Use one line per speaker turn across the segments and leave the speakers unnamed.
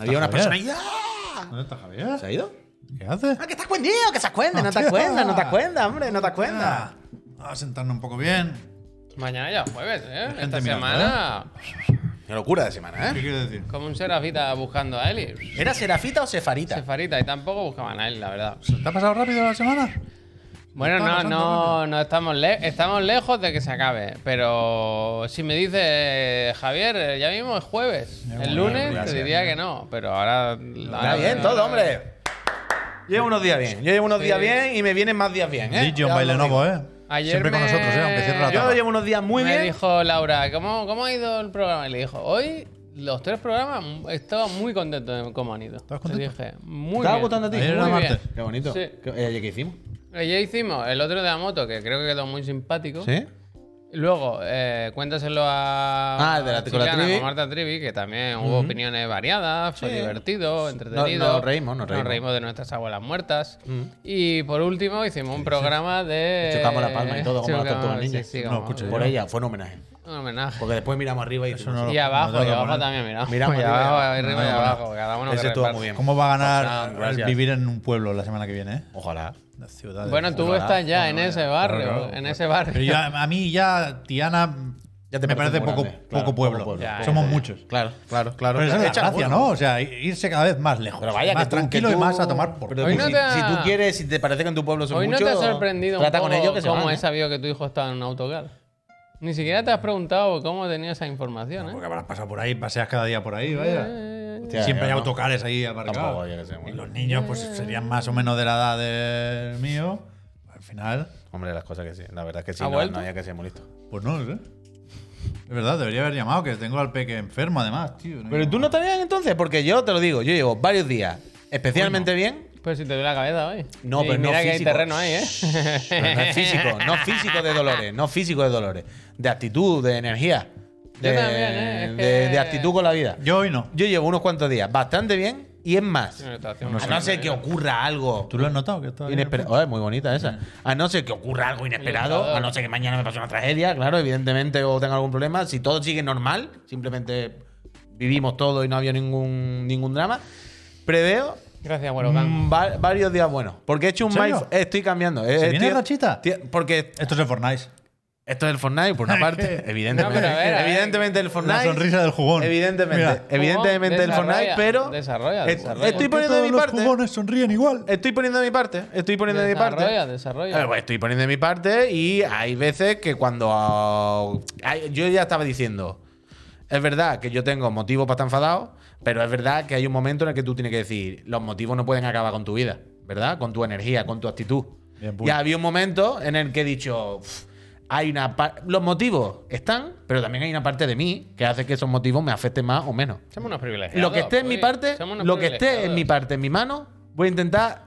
Había una
Javier?
persona ahí. ¡ah!
¿Dónde está Javier?
¿Se ha ido?
¿Qué hace?
¡Ah, que estás cuendido! ¡Que estás cuenta! ¡No te
Hostia.
cuenta! ¡No te cuenta, hombre! ¡No te cuenta!
A sentarnos un poco bien.
Mañana ya es jueves, ¿eh?
gente
Esta
mirando,
semana.
Qué locura de semana,
¿Qué
¿eh?
quiere decir?
Como un serafita buscando a Eli.
¿Era Serafita o Sefarita?
Sefarita, y tampoco buscaban a Eli, la verdad.
¿Te ha pasado rápido la semana?
Bueno,
Está
no,
pasando
no, no estamos, le- estamos lejos de que se acabe. Pero si me dice Javier, eh, ya mismo es jueves. El lunes
gracias.
te diría que no, pero ahora. ahora-
Está bien, todo, hombre. Llevo unos días bien. Yo llevo unos días
Sí.
bien y me vienen más días bien, ¿eh?
Legion
Ya os lo
Bailenovo,
digo.
¿eh?
Ayer
Siempre con
me-
nosotros, ¿eh? Aunque cierre la
Yo
Yo
tarde.
llevo unos días muy
me
bien.
dijo Laura, ¿cómo, ¿cómo ha ido el programa? Y le dijo, hoy los tres programas mm, estaba muy contento de cómo han ido.
¿Estabas
Te
contento?
dije, muy
¿Estabas
bien.
contento a ti?
Ayer era
Muy bien.
martes.
Qué bonito.
Sí.
¿Qué, eh, ¿Qué hicimos?
Ayer hicimos el otro de la moto, que creo que quedó muy simpático.
¿Sí?
Luego, eh, cuéntaselo a.
Ah, el de la-
a
con la
Chicana,
Trivi.
con Marta Trivi, que también hubo opiniones variadas, fue
Sí.
divertido, entretenido.
No- nos reímos, nos reímos.
de nuestras abuelas muertas.
Mm.
Y por último, hicimos un programa de.
Chocamos la palma y todo, como las
Chocamos-
tortugas ninja.
sí, sí,
No,
como-
escucha,
Por
yo-
ella, fue un homenaje.
Un homenaje.
Porque después miramos arriba y decimos,
no
Y
lo-
abajo,
no lo
y
tengo
abajo
que poner.
también, miramos.
Miramos
y
arriba y
abajo,
abajo.
arriba y
No, no,
abajo. Cada uno
Ese
que
estuvo
reparte.
muy bien.
¿Cómo va a
Total,
ganar el
Pues gracias.
vivir en un pueblo la semana que viene, eh?
Ojalá.
La ciudad.
Bueno, tú estás ya en ese barrio,
Claro, claro.
en ese barrio.
Pero ya, a mí ya Tiana
Ya te
me
parece
parece
muy
poco,
grande, claro,
poco pueblo.
poco pueblo.
Ya,
Somos
ya, ya.
muchos.
Claro, claro, claro.
Pero esa es la
Echa
gracia,
alguno.
¿no? O sea, irse cada vez más lejos.
Pero vaya,
más
que tú,
tranquilo
que
y
tú-
más a tomar por
Pero
Hoy
tú,
no
si,
te ha-
si tú quieres, si te parece que en tu pueblo son
Hoy no
muchos,
te ha sorprendido un
trata
poco
con ellos que se
cómo
van,
he
¿eh?
sabido que tu hijo estaba en un autocar. Ni siquiera te has preguntado cómo tenía esa información, ¿eh?
Porque habrás pasado por ahí, paseas cada día por ahí, vaya.
Eh,
Hostia,
Siempre hay
yo no.
autocares ahí aparcados.
Tampoco, yo que sé, bueno.
Y los niños, pues serían más o menos de la edad del mío. Al final,
Hombre, las cosas que sí. La verdad es que sí,
¿Ha
no,
vuelto?
no había que ser muy listo.
pues no lo sé. Es verdad, debería haber llamado, que tengo al peque enfermo además, tío.
Pero tú no te veas entonces, porque yo te lo digo, yo llevo varios días especialmente bien.
Pero si te duele la cabeza hoy.
No,
Y
pero no
mira que
físico.
hay terreno ahí, ¿eh?
Pero no es físico, no físico de dolores, no físico de dolores. De actitud, de energía. De,
Yo también, ¿eh? Es
de-
que-
de actitud con la vida.
Yo hoy no.
Yo llevo unos cuantos días bastante bien y es más.
No, está haciendo
A
mal.
no ser que ocurra algo.
¿Tú lo has notado? Que está ahí?
pues.
Inesperado. Oh, es muy bonita esa.
Mm.
A no ser que ocurra algo inesperado,
Inesperado.
a no ser que mañana me pase una tragedia, claro, evidentemente, o tenga algún problema. Si todo sigue normal, simplemente vivimos todo y no había ningún, ningún drama, preveo
Gracias, abuelo
mm, va- varios días buenos. Porque he hecho un
¿En serio?
mindf- eh, Estoy cambiando. eh,
¿Se viene
estoy-
rachita?
tío, Porque
Esto es el Fortnite.
esto es el Fortnite, por una parte, evidentemente.
No, pero a ver, a ver.
evidentemente el Fortnite.
La sonrisa del jugón.
Evidentemente.
Mira.
Evidentemente el
Jugón,
Fortnite, pero.
desarrolla,
est-
desarrolla.
Estoy
Porque
¿Por
poniendo de mi
todos los
parte.
jugones sonríen igual.
Estoy poniendo de mi parte. Estoy poniendo de mi parte.
Desarrolla, desarrolla.
A ver, pues estoy poniendo de mi parte y hay veces que cuando. ah, hay- yo ya estaba diciendo. Es verdad que yo tengo motivos para estar enfadado, pero es verdad que hay un momento en el que tú tienes que decir: los motivos no pueden acabar con tu vida, ¿verdad? Con tu energía, con tu actitud.
Bien, punto.
ya había un momento en el que he dicho. "Uf, Hay una par- los motivos están, pero también hay una parte de mí que hace que esos motivos me afecten más o menos.
Somos unos privilegiados.
Lo que esté en mi
Puy.
parte,
Somos unos
lo que esté en
privilegiados.
mi parte, en mi mano, voy a intentar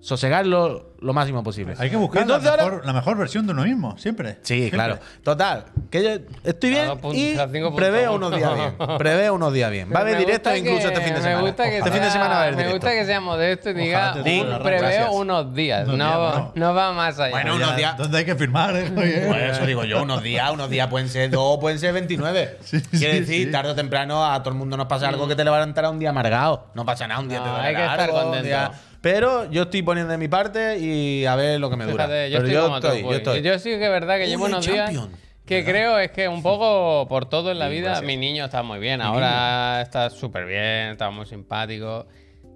sosegarlo lo máximo posible.
Hay que buscar la
Entonces ahora-
mejor, la mejor versión de uno mismo, siempre.
Sí,
Siempre.
claro. Total, que yo estoy bien
A dos pun-
y
a cinco puntos.
preveo unos días bien. Preveo unos días bien. Va a haber
Me
directo
gusta
incluso
que-
este fin de
me
semana.
gusta que
este fin de
sea-
semana va a haber
Me
directo.
gusta que sea modesto y diga,
Ojalá te
un
dure la
preveo
gracias.
unos días.
Unos
no,
días, bueno.
no va más allá.
Bueno,
Pero
unos
ya,
días-
¿Dónde hay que firmar? eh? Oye.
Por Pues eso digo yo, unos días, unos días pueden ser dos, pueden ser 29.
Sí,
Quiere
sí,
decir,
sí.
tarde o temprano a todo el mundo nos pasa algo que te levantará un día amargado. No pasa nada, un día
No,
te dolerá
hay que estar
algo, un
contento.
día- Pero yo estoy poniendo de mi parte y a ver lo que me dura.
Fíjate, yo
Pero
estoy como tú,
estoy,
Puy.
yo estoy.
Yo sí que es verdad que
Uy,
llevo unos días
Champion.
que creo es que un poco por todo en la vida
gracias.
mi niño está muy bien. Ahora está súper bien, está muy simpático.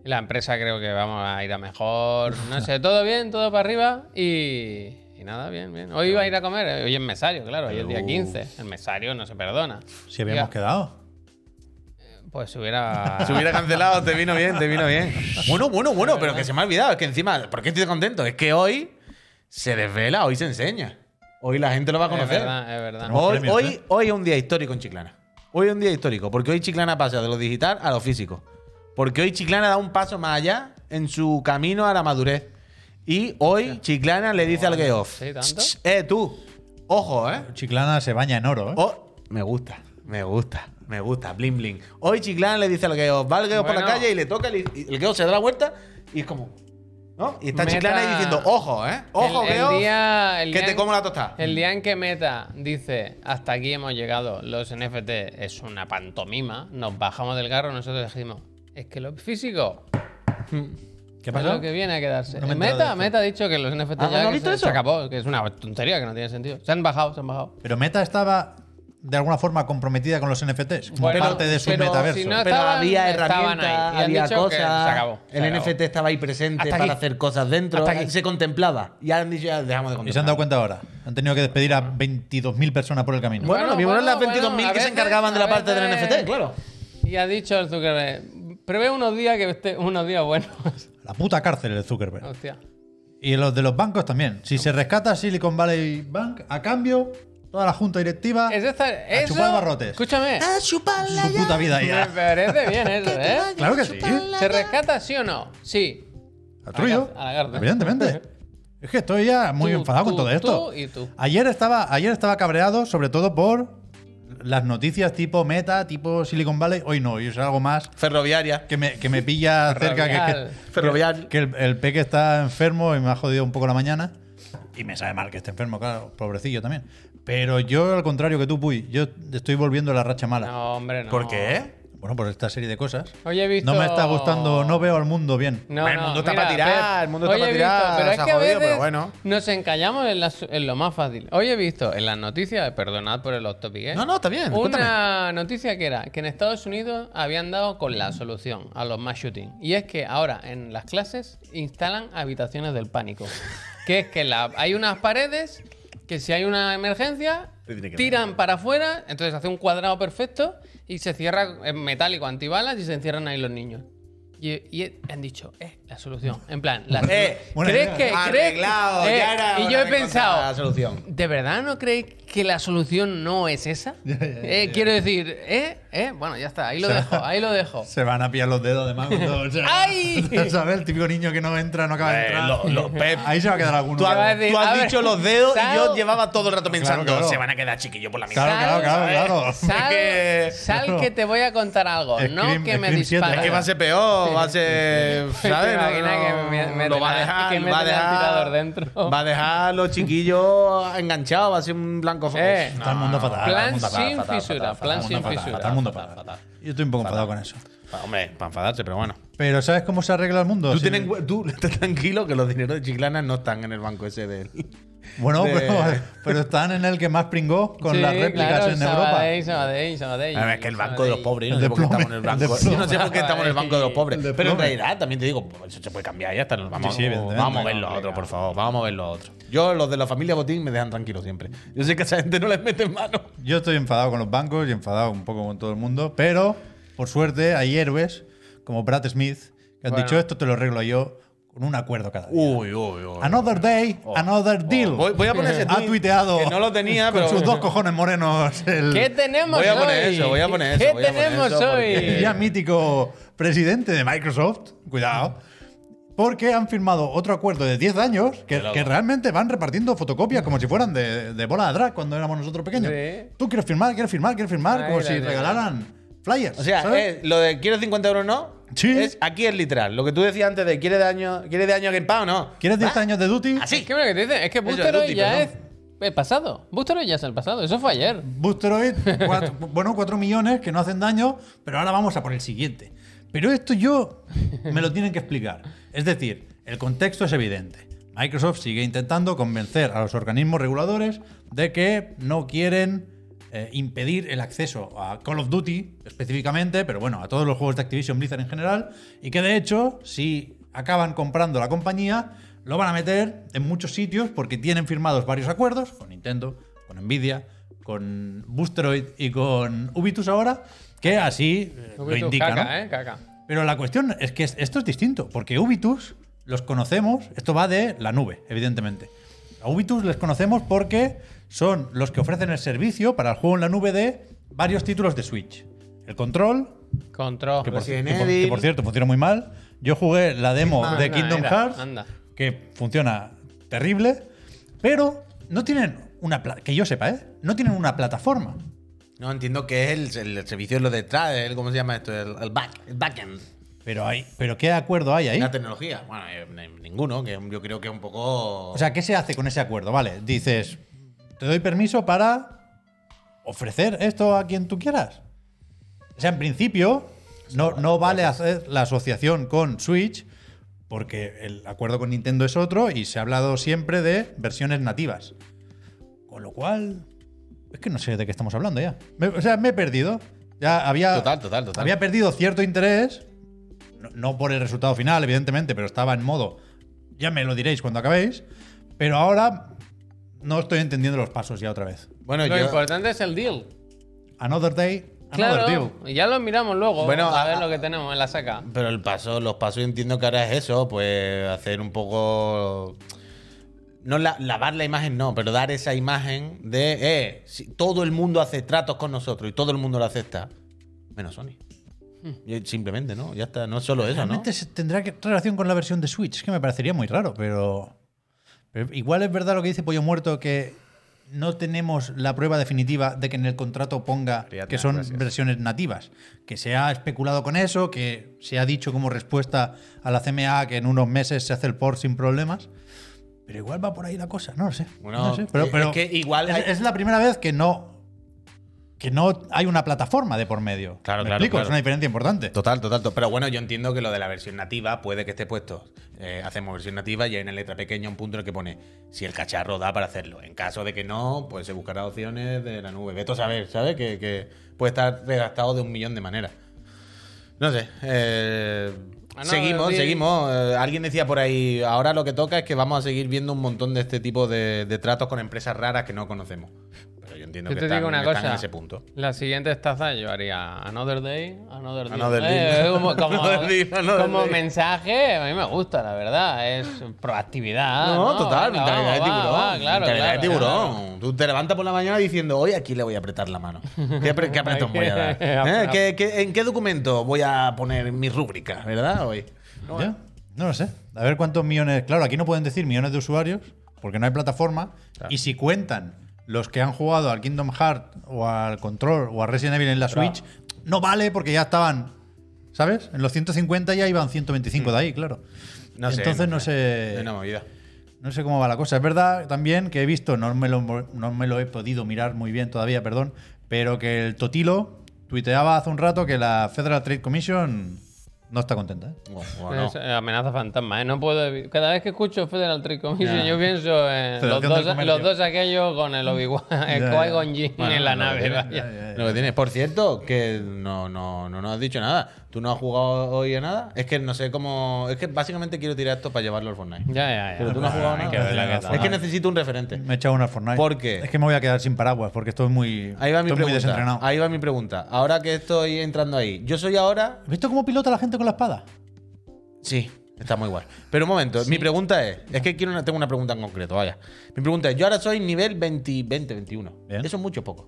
La empresa creo que vamos a ir a mejor. No sé, todo bien, todo para arriba y, y nada, bien, bien. Hoy iba a ir a comer, eh, hoy es mesario, claro, hoy es día
Uf.
15. El mesario no se perdona.
Si habíamos
Ya,
quedado.
Pues si hubiera...
Si hubiera cancelado, te vino bien, te vino bien. Bueno, bueno, bueno, pero que se me ha olvidado. Es que encima, ¿por qué estoy contento? Es que hoy se desvela, hoy se enseña. Hoy la gente lo va a
es
conocer.
verdad, es verdad.
Tenemos-
Hoy,
premios,
hoy,
¿eh?
hoy es un día histórico en Chiclana. Hoy es un día histórico, porque hoy Chiclana pasa de lo digital a lo físico. Porque hoy Chiclana da un paso más allá en su camino a la madurez. Y hoy Chiclana le dice al gay off.
¿Sí, tanto?
"Ch, Eh, tú. Ojo, eh.
Chiclana se baña en oro, ¿eh?
Oh, me gusta, me gusta, me gusta, bling bling. Hoy Chiclán le dice al Geo, va el Geo por la
Bueno.
calle y le toca, y el Geo se da la vuelta y es como, ¿No? Y está
Meta-
Chiclana ahí diciendo, ojo, ¿eh? Ojo,
El- el
veo
día- el
que
día
te
en-
como la tostada. Mm.
El día en que Meta dice, hasta aquí hemos llegado, los NFT es una pantomima, nos bajamos del carro, nosotros dijimos, es que lo físico
¿Qué
es lo que viene a quedarse.
No me he enterado de
Meta,
esto.
Meta ha dicho que los NFT
Ah,
ya
¿no has
que
visto
se,
eso?
se acabó, que es una tontería que no tiene sentido. Se han bajado, se han bajado.
Pero Meta estaba de alguna forma comprometida con los NFTs, como
Bueno,
parte de su
pero
metaverso.
si no-
Pero
estaban-
había
estaban
herramientas,
ahí y han
había
dicho que
cosas.
se acabó, se
el
acabó.
NFT estaba ahí presente
Hasta
para
aquí.
hacer cosas dentro.
Hasta aquí.
Se contemplaba. Y han dicho, ya dejamos de
Y se han
contemplar.
dado cuenta ahora. Han tenido que despedir a 22.000 personas por el camino.
Bueno, lo mismo eran las 22.000
a
que se encargaban de la
a
parte del NFT, claro.
Y ha dicho el Zuckerberg, prevé unos días que esté, unos días buenos.
La puta cárcel de Zuckerberg.
Hostia.
Y los de los bancos también. Si se rescata Silicon Valley Bank, a cambio, toda la junta directiva
Eso está,
Ah, a
eso,
chupar barrotes.
Escúchame.
A chuparla
su puta vida
Me
ya.
parece bien eso, ¿eh?
Claro que sí.
¿Se rescata sí o no? Sí.
A tuyo.
A la cárcel.
Evidentemente. Es que estoy ya muy
Tú,
enfadado
tú,
con todo esto.
tú y tú.
Ayer estaba, ayer estaba cabreado, sobre todo por las noticias tipo Meta, tipo Silicon Valley. Hoy no, hoy es algo más
Ferroviaria.
que me, que me pilla cerca que- que,
Ferrovial.
Ferroviaria.
que el, el peque está enfermo y me ha jodido un poco la mañana. Y me sabe mal que esté enfermo, claro, pobrecillo también. Pero yo, al contrario que tú, Puy, yo estoy volviendo a la racha mala.
No, hombre, no.
¿Por qué?
Bueno, por esta serie de cosas.
Hoy he visto-
No me está gustando, no veo al mundo bien.
No,
El
no,
mundo está
mira,
pa' tirar,
Pep,
el mundo
hoy
está pa'
he visto,
tirar,
Pero
se
es
ha
que a
jodido,
veces
pero bueno.
nos encallamos en, las- en lo más fácil. Hoy he visto en las noticias, perdonad por el off topic, ¿eh?
No, no, está bien.
Una
cuéntame.
noticia que era que en Estados Unidos habían dado con la solución a los mass shooting. Y es que ahora en las clases instalan habitaciones del pánico. que es que la- hay unas paredes que si hay una emergencia
Te tiene que
tiran para afuera, entonces hace un cuadrado perfecto y se cierra en metálico antibalas y se encierran ahí los niños. Y, y han dicho, es la solución. En plan, la
Eh,
buena
¿crees
idea.
que, crees que-
Arreglado,
eh,
ya era
Y
hora
yo he
de encontrar
pensado,
la solución.
¿De verdad no creéis que la solución no es esa? Eh, Quiero decir, ¿eh? ¿eh? Bueno, ya está, ahí lo dejo, ahí lo dejo.
Se van a pillar los dedos de mago. O sea,
¡Ay!
¿Sabes? El típico niño que no entra, no acaba de
Eh,
entrar.
lo- lo- Pep,
Ahí se va a quedar alguno.
Tú
va a
has,
decir,
tú has
a ver,
dicho los dedos y yo
sal-
llevaba todo el rato pensando,
claro.
se van a quedar chiquillos por la mitad.
Claro, claro,
Sal- eh,
claro, claro.
Sal,
que-
sal que te voy a contar algo,
Scream-
no que me
Scream 7,
disparas.
Es que va a ser peor, va a ser. ¿Sabes?
¿Te imaginas
No, no,
que me- me
lo va a
tenga-
dejar.
que me
va a
tenga el
dejar
tirador dentro?
Va a dejar los chiquillos enganchados, va a ser un blanco
Eh,
Está el mundo fatal.
Plan
el mundo fatal,
sin
fatal,
fisura,
fatal,
plan
fatal,
sin
el mundo fatal,
fisura.
fatal, el mundo
Fatal,
fatal.
fatal.
Yo estoy un poco enfadado con eso.
Pa- Hombre, para enfadarse, pero bueno.
Pero ¿sabes cómo se arregla el mundo?
Tú,
Si-
ten en cu- tú estás tranquilo que los dineros de Chiclana no están en el banco ese del.
Bueno,
de-
pero, pero están en el que más pringó con
Sí,
las réplicas
claro, eh.
en Europa.
Sabadell, Sabadell, Sabadell,
A ver, es que el banco de los
Sabadell.
pobres, yo
El
no sé por qué
desplome,
estamos en el banco.
el
Yo no sé por qué
desplome.
estamos en el banco de los pobres.
El
Pero en
desplome.
realidad, también te digo, eso se puede cambiar ya hasta nos vamos,
Sí, sí, evidentemente.
vamos a ver los otros, por favor. Vamos a ver los otros. Yo, los de la familia Botín, me dejan tranquilo siempre. Yo sé que a esa gente no les mete en mano.
Yo estoy enfadado con los bancos y enfadado un poco con todo el mundo, pero por suerte hay héroes como Brad Smith que han
Bueno.
dicho esto te lo arreglo yo con un acuerdo cada día.
Uy, uy, uy.
another day, another deal.
Uh. Oh. Voy, voy a poner ese
ha
tuit,
tuiteado
Que no lo tenía,
con
pero.
sus dos cojones morenos el
¿Qué tenemos
Voy a poner
hoy?
eso, voy a poner eso,
¿Qué
voy a poner
tenemos
eso
hoy?
porque-
ya mítico presidente de Microsoft, cuidado, porque han firmado otro acuerdo de 10 años que, que realmente van repartiendo fotocopias como si fueran de, de bola de drag cuando éramos nosotros pequeños.
Sí.
Tú quieres firmar, quieres firmar, quieres firmar,
Ay,
como
la
si
mierda.
regalaran flyers.
O sea,
¿sabes?
es lo de quiero 50 euros no.
Sí.
Es, aquí es literal. Lo que tú decías antes de quiere de año, quiere de año Game Pass o no.
¿Quieres 10
Va,
años de duty?
Así.
Es que, mira, que te dicen, es que
Eso es
Booster hoy
Duty,
ya es
perdón.
el pasado. Booster hoy ya es el pasado, eso fue ayer.
Boosteroid, cuatro- bueno, 4 millones que no hacen daño, pero ahora vamos a por el siguiente. Pero esto yo me lo tienen que explicar. Es decir, el contexto es evidente. Microsoft sigue intentando convencer a los organismos reguladores de que no quieren eh, impedir el acceso a Call of Duty específicamente, pero bueno, a todos los juegos de Activision Blizzard en general, y que de hecho, si acaban comprando la compañía, lo van a meter en muchos sitios porque tienen firmados varios acuerdos con Nintendo, con Nvidia, con Boosteroid y con Ubitus ahora, que así eh, lo
Ubisoft,
indican.
caca,
¿no?
¿eh? Caca.
Pero la cuestión es que esto es distinto, porque Ubitus los conocemos, esto va de la nube, evidentemente. A Ubitus les conocemos porque son los que ofrecen el servicio para el juego en la nube de varios títulos de Switch. El Control,
Control.
que por,
Resident
que por-
Evil.
que por cierto funciona muy mal. Yo jugué la demo
Ah, Anda,
de Kingdom
era,
Hearts,
anda.
que funciona terrible, pero no tienen una pla- que yo sepa, ¿eh? No tienen una plataforma.
No entiendo que es el, el servicio de lo detrás, el, ¿cómo se llama esto? El, el back, el backend.
Pero, hay, pero ¿qué acuerdo hay ahí?
La tecnología. Bueno, eh, ni- ninguno, que yo creo que es un poco.
O sea, ¿qué se hace con ese acuerdo? Vale, dices, te doy permiso para ofrecer esto a quien tú quieras. O sea, en principio, no, no vale hacer la asociación con Switch, porque el acuerdo con Nintendo es otro y se ha hablado siempre de versiones nativas. Con lo cual, es que no sé de qué estamos hablando ya. Me- o sea, me he perdido. Ya había,
Total, total, total.
había perdido cierto interés, no, no por el resultado final, evidentemente, pero estaba en modo, ya me lo diréis cuando acabéis, pero ahora no estoy entendiendo los pasos ya otra vez.
bueno,
Lo
yo-
importante es el deal.
Another day,
Ah,
another deal.
Claro, ya lo miramos luego.
Bueno,
a ver
a-
lo que tenemos en la saca.
Pero el paso, los pasos entiendo que ahora es eso, pues hacer un poco. No la- lavar la imagen, no, pero dar esa imagen de eh, si todo el mundo hace tratos con nosotros y todo el mundo lo acepta. Menos Sony. Y Simplemente, ¿no? Ya está, no es solo eso, ¿no?
Realmente se- tendrá que- relación con la versión de Switch, que me parecería muy raro, pero, pero igual es verdad lo que dice Pollo Muerto, que no tenemos la prueba definitiva de que en el contrato ponga
Ariadna,
que son
gracias.
versiones nativas. Que se ha especulado con eso, que se ha dicho como respuesta a la CMA que en unos meses se hace el port sin problemas. Pero igual va por ahí la cosa, no lo sé.
Bueno, eh,
no sé, pero,
es
pero
que igual
es-
hay-
es la primera vez que no, que no hay una plataforma de por medio.
Claro,
¿Me
claro,
explico?
claro.
Es una diferencia importante.
Total, total, to- Pero bueno, yo entiendo que lo de la versión nativa puede que esté puesto. eh, hacemos versión nativa y hay una letra pequeña, un punto en el que pone si el cacharro da para hacerlo. En caso de que no, pues se buscará opciones de la nube. Veto a saber, ¿sabes? Que, que puede estar redactado de un millón de maneras. No sé. eh,
Ah, no,
seguimos,
sí.
seguimos. Eh, alguien decía por ahí, ahora lo que toca es que vamos a seguir viendo un montón de este tipo de, de tratos con empresas raras que no conocemos. Pero yo entiendo
Yo
que
te
están,
digo una
están
cosa.
en ese punto.
La siguiente estaza yo haría Another Day, Another Day.
Another Day.
como como-
Another Day, Another
como
Day.
mensaje, a mí me gusta, la verdad. Es proactividad.
No, total,
Venga,
mentalidad de
Ah, vamos, va,
tiburón.
va, claro,
mentalidad
claro,
de tiburón. Tú te levantas por la mañana diciendo, hoy aquí le voy a apretar la mano. ¿Qué, apre- qué apretón voy a dar? ¿Eh? ¿Qué- qué- en qué documento voy a poner mi rúbrica, verdad? Hoy.
Ya, No eh. lo sé. A ver cuántos millones. Claro, aquí no pueden decir millones de usuarios porque no hay plataforma. Y si cuentan los que han jugado al Kingdom Hearts o al Control o a Resident Evil en la Switch, no vale porque ya estaban, ¿sabes? En los 150 ya iban 125 de ahí, claro.
No sé, no
Entonces Mm. no
Es
sé,
Una movida.
no sé cómo va la cosa. Es verdad también que he visto, no me lo, no me lo he podido mirar muy bien todavía, perdón, pero que el Totilo tuiteaba hace un rato que la Federal Trade Commission no está contenta. ¿eh?
O- o
claro.
no.
Es, eh, amenaza fantasma, ¿eh? No puedo evi- Cada vez que escucho Federal Trade Commission, yo pienso en los
Federación del
dos,
Comercio.
los dos aquellos con el Obi-Wan, el
Ya, ya.
Qui-Gon Jinn en la
no,
nave.
tiene-
vaya.
Lo que tienes. Por cierto, que no, no, no nos has dicho nada. ¿Tú no has jugado hoy a nada? Es que no sé cómo. Es que básicamente quiero tirar esto para llevarlo al Fortnite.
Ya, ya, ya.
Pero tú no has jugado
Ah, Hay
nada.
que ver la que tal.
es que necesito un referente.
Me he echado una al Fortnite.
¿Por qué?
Es que me voy a quedar sin paraguas porque estoy muy,
Ahí va mi
estoy muy
pregunta.
desentrenado.
Ahí va mi pregunta. Ahora que estoy entrando ahí, yo soy ahora
¿Has visto cómo pilota la gente con la espada?
Sí, está muy igual. Pero un momento, mi pregunta es, es que quiero una- tengo una pregunta en concreto, vaya. Mi pregunta es, yo ahora soy nivel 20, 20 21.
Bien.
Eso es mucho poco.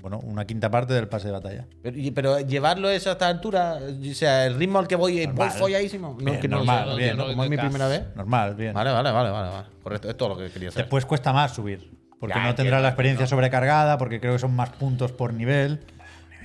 Bueno, una quinta parte del pase de batalla.
Pero, y- pero llevarlo eso a esta altura, o sea, el ritmo al que voy, eh, voy folladísimo. No,
Bien,
que no lo
normal,
sé, no
bien.
entiendo, como es mi primera vez.
Normal, bien.
Vale, vale, vale, vale, vale. Correcto, es todo lo que quería saber.
Después cuesta más subir. Porque
Ya,
no tendrás
entiendo,
la experiencia sobrecargada, porque creo que son más puntos por nivel.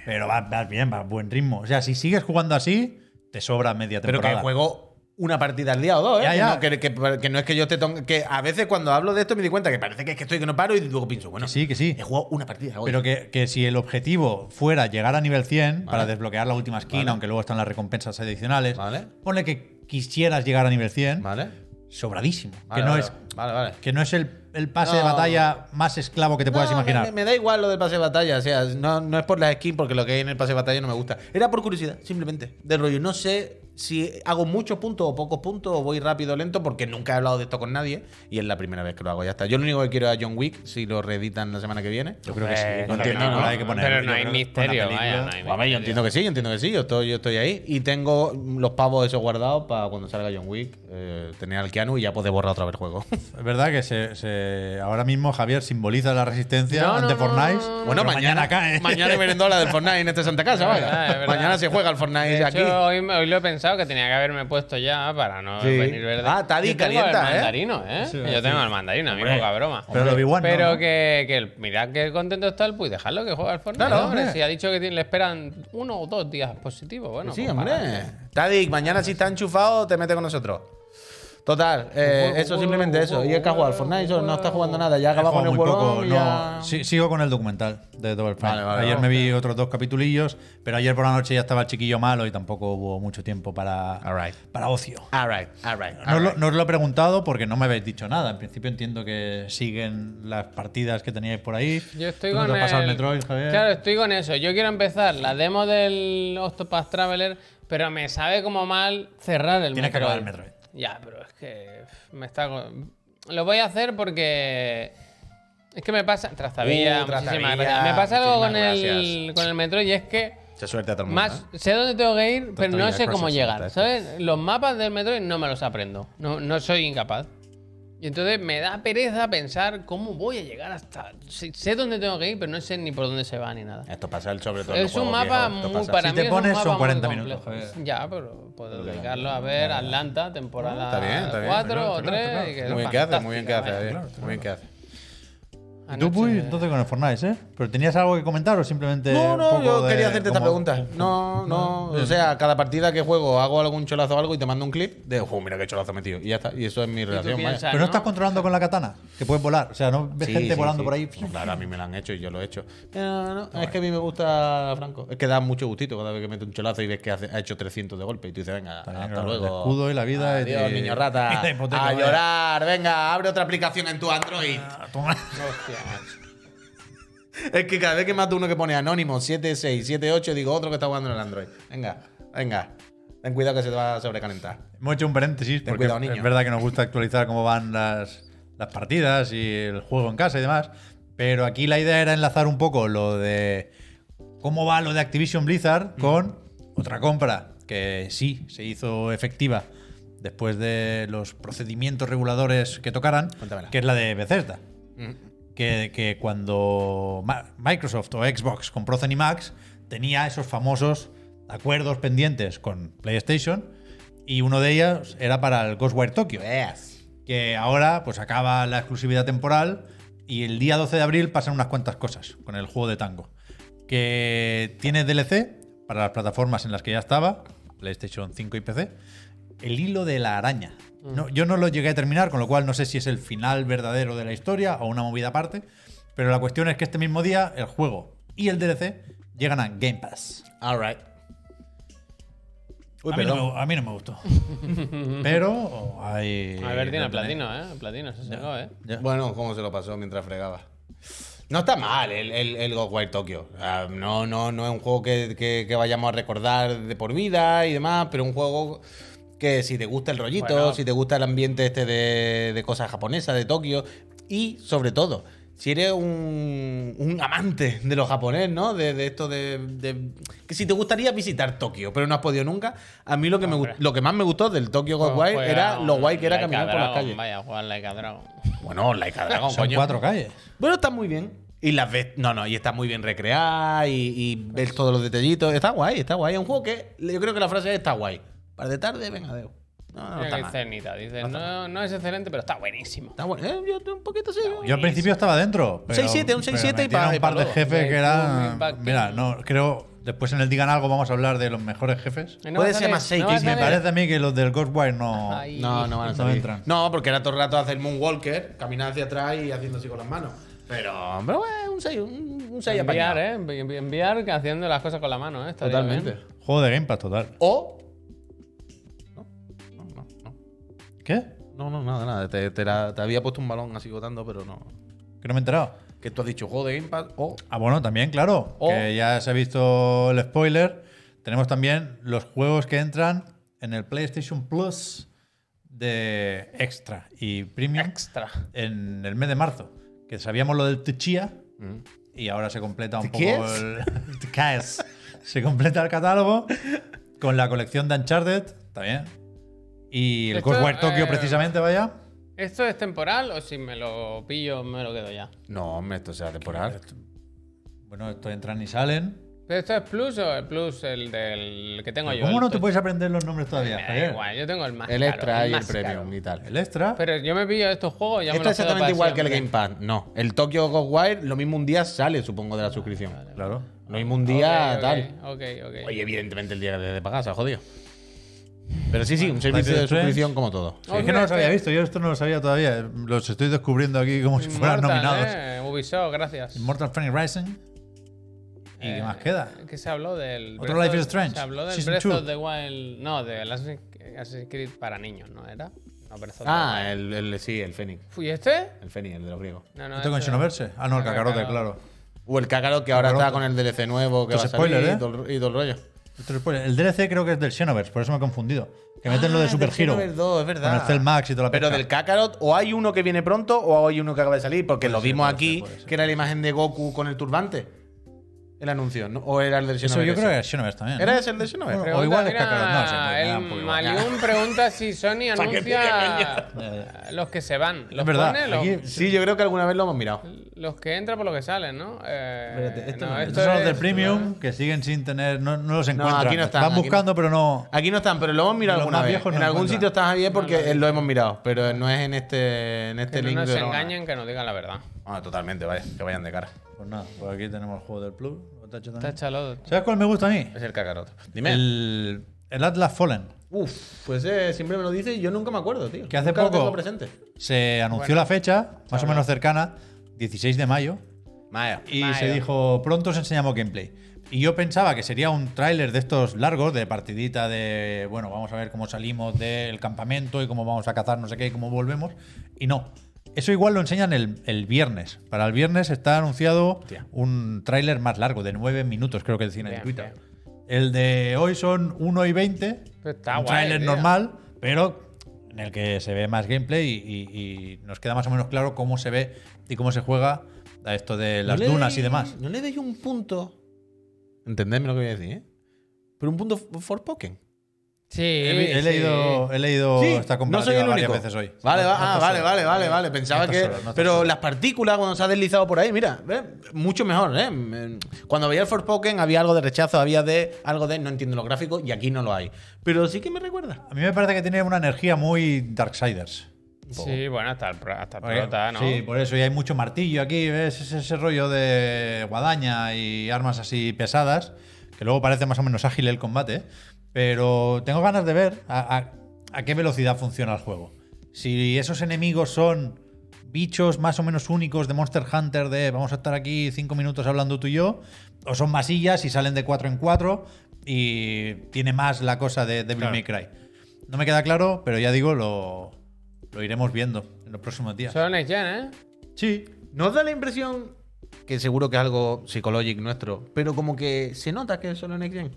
Pero vas, vas bien, vas a buen ritmo. O sea, si sigues jugando así, te sobra media
Pero que
temporada.
juego una partida al día o dos, ¿eh?
Ya, ya.
Que, no, que- que- que no es que yo te tenga- que a veces cuando hablo de esto me di cuenta que parece que es que estoy que no paro y luego pienso, bueno,
Que sí, que sí.
He jugado una partida hoy.
Pero que, que si el objetivo fuera llegar a nivel 100 para desbloquear la última esquina,
Vale.
aunque luego están las recompensas adicionales,
Vale.
ponle que quisieras llegar a nivel 100,
¿Vale?
sobradísimo.
Vale,
que no
vale,
es
Vale, vale.
Que no es el, el pase de
No.
batalla más esclavo que te puedas
No,
imaginar.
Me, me da igual lo del pase de batalla. O sea, no, no es por las skins, porque lo que hay en el pase de batalla no me gusta. Era por curiosidad, simplemente. De rollo, no sé si hago muchos puntos o pocos puntos, o voy rápido o lento, porque nunca he hablado de esto con nadie. Y es la primera vez que lo hago, ya está. Yo lo único que quiero es a John Wick, si lo reeditan la semana que viene.
Yo creo que sí.
Eh,
con la
entiendo,
película
¿no?
hay que poner-
Pero
yo
no
creo
hay
que con la
misterio,
película-
vaya, no hay
A ver, yo entiendo que sí, yo entiendo que sí, yo estoy, yo estoy ahí. Y tengo los pavos esos guardados para cuando salga John Wick, eh, tener al Keanu y ya podés borrar otra vez el juego.
Es verdad que se, se- ahora mismo Javier simboliza la resistencia
No, no,
ante
no,
Fortnite.
no, no, no.
bueno,
pero
mañana,
cae.
Mañana hay merendola del Fortnite en esta Santa Casa,
Es verdad, es
vaya.
verdad.
Mañana se juega el
De
Fortnite
hecho,
aquí.
hoy, me- hoy lo he pensado que tenía que haberme puesto ya para no
Sí.
venir verde.
Ah, está ahí
Yo tengo
calienta,
el
¿eh?
mandarino, ¿eh?
Sí,
Yo tengo el mandarino, a mí poca broma.
Pero lo Obi-Wan no,
Pero
¿no?
que, que el- mirad que contento está el Puy, dejadlo que juega al Fortnite.
Claro,
hombre,
hombre.
si ha dicho que tiene- le esperan uno o dos días positivos, bueno.
Sí,
pues,
hombre.
para.
Tadic, mañana si está enchufado, te mete con nosotros. Total, eh, eso, simplemente eso. Y es que ha jugado al Fortnite, eso, no está jugando nada. Ya
He
acaba con
jugado
el
muy poco,
huevón y
no.
ya-
Sí, sigo con el documental de Double Fine.
Vale, vale,
ayer
vale.
me vi otros dos capitulillos, pero ayer por la noche ya estaba el chiquillo malo y tampoco hubo mucho tiempo para,
All right.
para ocio.
All right, all right,
No
all
os, lo,
right.
no os lo he preguntado porque no me habéis dicho nada. En principio entiendo que siguen las partidas que teníais por ahí.
Yo estoy
Tú no
con
te has pasado el
el-
Metroid, Javier.
Claro, estoy con eso. Yo quiero empezar la demo del Octopath Traveler, pero me sabe como mal cerrar el
Tienes que
Metroid.
acabar el Metroid.
Ya, pero es que pff, me está go- lo voy a hacer porque es que me pasa Trastavilla,
Uh, Trastavilla,
muchísimas gracias. Me pasa algo con
muchísimas
el
gracias.
con el Metroid y es que
Mucha suerte a todo el mundo.
más
¿eh?
sé dónde tengo que ir, pero no
Trastavilla,
sé cómo
Crossing,
llegar.
Trastavilla.
¿Sabes? Los mapas del Metroid no me los aprendo. No, no soy incapaz. Y entonces me da pereza pensar cómo voy a llegar hasta. Sé, sé dónde tengo que ir, pero no sé ni por dónde se va ni nada.
Esto pasa el sobre todo. en los
Es un
juegos
mapa
viejos, esto
muy
pasa.
para
Si
mí
te
es
pones,
un mapa
son
muy
40 minutos,
complejo.
Javier.
Ya, pero puedo dedicarlo a ver Atlanta, temporada
Está bien, está bien,
4
claro,
o
claro,
3.
claro.
que es
Muy bien que hace, muy bien que hace.
fantástica,
eh.
Claro,
Muy bien que hace.
vaya.
¿Y tú, Puy,
Anoche-
entonces con el Fortnite, eh? ¿Pero tenías algo que comentar o simplemente.?
No,
un
no,
poco
yo
de
quería hacerte esta
cómo-
pregunta. No, no. O sea, cada partida que juego hago algún cholazo o algo y te mando un clip de, oh, mira qué cholazo metido. Y ya está. Y eso es mi relación. vaya.
piensas,
Pero no
¿no?
estás controlando con la katana, que puedes volar. O sea, no ves
Sí,
gente
sí, sí.
volando por ahí.
Claro, a mí me la han hecho y yo lo he hecho. Pero no, no, es que a mí me gusta Franco. Es que da mucho gustito cada vez que mete un cholazo y ves que hace- ha hecho 300 de golpe y tú dices, venga,
bien,
hasta
claro, el
luego.
escudo y la vida y
Adiós,
te-
niño rata.
y la hipoteca,
a
vaya.
llorar, venga, abre otra aplicación en tu Android.
Toma.
Hostia, macho.
Es que cada vez que mato uno que pone anónimo 7678, digo otro que está jugando en el Android. Venga, venga. Ten cuidado que se te va a sobrecalentar.
Hemos hecho un paréntesis porque
cuidado, niño.
es verdad que nos gusta actualizar cómo van las, las partidas y el juego en casa y demás. Pero aquí la idea era enlazar un poco lo de cómo va lo de Activision Blizzard
Mm.
con otra compra que sí se hizo efectiva después de los procedimientos reguladores que tocaran,
Cuéntamela.
que es la de Bethesda
Mm.
que, que cuando Ma- Microsoft o Xbox compró Zenimax, tenía esos famosos acuerdos pendientes con PlayStation y uno de ellos era para el Ghostwire Tokyo, que ahora pues acaba la exclusividad temporal y el día 12 de abril pasan unas cuantas cosas con el juego de tango, que tiene DLC para las plataformas en las que ya estaba, PlayStation 5 y PC, el hilo de la araña. No, yo no lo llegué a terminar, con lo cual no sé si es el final verdadero de la historia o una movida aparte. Pero la cuestión es que este mismo día el juego y el DLC llegan a Game Pass.
All right. Uy,
a, mí no
perdón.
me, a mí no me gustó. pero oh, ahí.
A ver, tiene
lo tenéis.
platino, ¿eh? Platino, se sacó, ¿eh?
Ya.
Bueno, ¿cómo se lo pasó mientras fregaba? No está mal el, el, el Ghostwire Tokyo. Ah, no, no, no es un juego que, que- que vayamos a recordar de por vida y demás, pero un juego que si te gusta el rollito,
Bueno.
si te gusta el ambiente este de, de cosas japonesas, de Tokio, y sobre todo, si eres un, un amante de los japonés, ¿no? De, de esto de, de- Que si te gustaría visitar Tokio, pero no has podido nunca, a mí lo que, me, gust- lo que más me gustó del Tokyo Ghostwire
Juega
era lo guay que era
Like a
caminar por las
Dragon,
calles.
ah, Vaya, jugar Like a Dragon.
Bueno, Like a Dragon,
Son
coño.
cuatro calles.
Bueno, está muy bien. Y las ves. No, no, y está muy bien recreada y, y ves todos los detallitos. Está guay, está guay. Es un juego que yo creo que la frase es está guay. Para de tarde, venga, adeo. No, no,
Mira
está
que
mal.
cernita, dice, no, no es excelente, pero está buenísimo.
Está bueno. Eh, yo un poquito sí.
Yo al principio estaba dentro. pero-
6-7, un 6-7
pero
y pa-
metieron
y
un par
pa'
de
luego.
jefes que eran.
Impacto.
Mira, no, creo. Después en el Digan Algo vamos a hablar de los mejores jefes.
Eh, no
Puede
va
ser
a salir,
más seis,
va a
que
Me
salir.
parece a mí que los del Ghostwire no.
Ay.
No, no van a
No
salir.
entran.
No, porque era todo el rato hacer el Moonwalker, caminar hacia atrás y haciendo así con las manos. Pero, hombre, bueno, un 6, un, un 6
Enviar, ¿eh? Envi- Enviar que haciendo las cosas con la mano, ¿eh? Estaría
Totalmente.
bien.
Juego de Game Pass total.
O. No, no, no.
¿Qué?
No, no, nada, nada. Te, te la- te había puesto un balón así botando, pero no.
Que no me he enterado.
Que tú has dicho juego de Game Pass o.
Ah, bueno, también, claro.
O-
Que ya se ha visto el spoiler. Tenemos también los juegos que entran en el PlayStation Plus de Extra y Premium
Extra.
en el mes de marzo. Que sabíamos lo del Tuchia
mm.
y ahora se completa un poco
¿Tuchías?
el. Tuchías. se completa el catálogo con la colección de Uncharted también. Y el
Esto,
Ghostwire Tokyo,
eh,
precisamente, vaya.
¿Esto es temporal o si me lo pillo me lo quedo ya?
No, hombre, esto sea temporal.
Bueno, esto entran y salen.
¿Pero esto es Plus o el Plus, el del que tengo yo?
¿Cómo
el
no te
tocho?
puedes aprender los nombres
Me
todavía?
da
Javier?
igual, yo tengo el más
El
caro,
extra y el
más
premium
caro.
y tal.
El extra.
Pero yo me pillo estos juegos ya me
Esto
los ¿eh?
es
quedo
exactamente
para
igual que el Game
siempre.
Pass. No, el Tokyo Ghostwire lo mismo un día sale, supongo, de la suscripción.
claro.
Lo mismo un día,
Ah, Ok,
tal.
ok, ok, ok.
Oye, evidentemente el día de pagar se ha jodido. Pero sí,
Ah,
sí, un servicio
Life
de
is Strange.
suscripción como todo.
Sí, es que
Hombre,
no los había
este-
visto, yo esto no lo sabía todavía. Los estoy descubriendo aquí como si fueran
Immortal,
nominados.
eh, Ubisoft, gracias.
Immortal Phoenix Rising. ¿Y qué
Eh,
más queda?
Que se habló del.
Otro
Breath
Life is
of-
Strange,
Se habló del
Season
Breath
two.
of the Wild. No, del Assassin's Assassin's Creed para niños, ¿no era? No, Breath of the
Ah,
Wild.
el, el- sí, el Fénix.
¿Fui este?
El Fénix, el de los griegos.
No, no.
¿Esto con
este-
Xenoverse? Ah, no, el
Ah,
cacarote,
Kakarot.
claro.
O el Cácaro que ahora
Cacarote.
está con el DLC nuevo que
Esto
va a
es
salir
spoiler, ¿eh?
y, todo, el- y todo el rollo.
Esto es spoiler. El DLC creo que es del Xenoverse, por eso me he confundido. Que meten
Ah,
lo de Super Hero.
es verdad.
Con el Cell Max y toda la
Pero
pesca.
del Kakarot, o hay uno que viene pronto o hay uno que acaba de salir, porque lo
ser,
vimos
puede
aquí,
ser, puede ser.
que era la imagen de Goku con el turbante. El anuncio, ¿no? o era el del
Eso yo
Xenoverse
creo que
ese.
es Xenoverse también. ¿no?
¿Era ese el del Xenoverse?
Bueno,
Pregunta,
O igual es
mira,
Kakarot, no, se puede, me da
el
un poco igual.
Maliún pregunta si Sony anuncia a los que se van. Los
Eh, verdad,
pone, los,
aquí-
Sí, yo creo que alguna vez lo hemos mirado.
los que entran por los que salen, ¿no? Eh,
Espérate, esto no es.
Estos son los del
es-
Premium que siguen sin tener. No, no los encuentran.
aquí no están,
Van
aquí no.
buscando, pero no.
Aquí no están, pero lo hemos mirado
De los
alguna
más
vez.
viejos no
en algún
encuentran.
sitio está Javier porque eh, lo hemos mirado, pero no es en este, en este
Que no
link.
nos
de-
engañen, que nos digan la verdad.
Ah, totalmente, vaya, que vayan de cara.
Pues nada, por aquí tenemos el juego del Plus. lo tacho también.
Táchalo.
¿Sabes cuál me gusta a mí?
Es el cacarot. Dime.
El, el Atlas Fallen.
Uf, pues eh, siempre me lo dice y yo nunca me acuerdo, tío.
Que hace
Nunca lo
poco-
tengo presente.
Se anunció la fecha, más o menos cercana, 16 de mayo.
Maya.
Y
Mayo.
se dijo, pronto os enseñamos gameplay. Y yo pensaba que sería un tráiler de estos largos, de partidita, de, bueno, vamos a ver cómo salimos del campamento y cómo vamos a cazar, no sé qué, y cómo volvemos. Y no. Eso igual lo enseñan el, el viernes. Para el viernes está anunciado un tráiler más largo, de 9 minutos, creo que decían en
Bien,
Twitter. El de hoy son 1 y 20.
Pero está
un
guay,
tráiler
tío.
normal, pero en el que se ve más gameplay y, y- y nos queda más o menos claro cómo se ve y cómo se juega a esto de las
No le
dunas
doy-
y demás.
No le doy un punto. Entendedme lo que voy a decir, ¿eh? Pero un punto for Pokémon.
Sí.
He, he
sí.
leído, he leído esta
no soy
comparativa
el
Oh, varias
único.
veces hoy.
Vale,
No-
va-
no
ah,
estás
vale,
solo.
vale, vale, vale. Pensaba
estás
que.
solo, no estás
pero
solo.
las partículas, cuando se ha deslizado por ahí, mira, ¿ves? mucho mejor, ¿eh? Mm, Cuando veía el Forspoken había algo de rechazo, había de algo de no entiendo los gráficos y aquí no lo hay. Pero sí que me recuerda.
A mí me parece que tiene una energía muy Darksiders.
Sí, bueno, hasta el, pro- hasta el
Porque-
prota, ¿no?
Sí, por eso. Y hay mucho martillo aquí, ¿ves? Ese, ese rollo de guadaña y armas así pesadas, que luego parece más o menos ágil el combate. Pero tengo ganas de ver a, a- a qué velocidad funciona el juego. Si esos enemigos son bichos más o menos únicos de Monster Hunter, de vamos a estar aquí cinco minutos hablando tú y yo, o son masillas y salen de cuatro en cuatro y tiene más la cosa de Devil May Cry. No me queda claro, pero ya digo, lo, lo iremos viendo en los próximos días.
Solo Next Gen, ¿eh?
Sí.
Nos da la impresión que seguro que es algo psicológico nuestro, pero como que se nota que es solo Next Gen.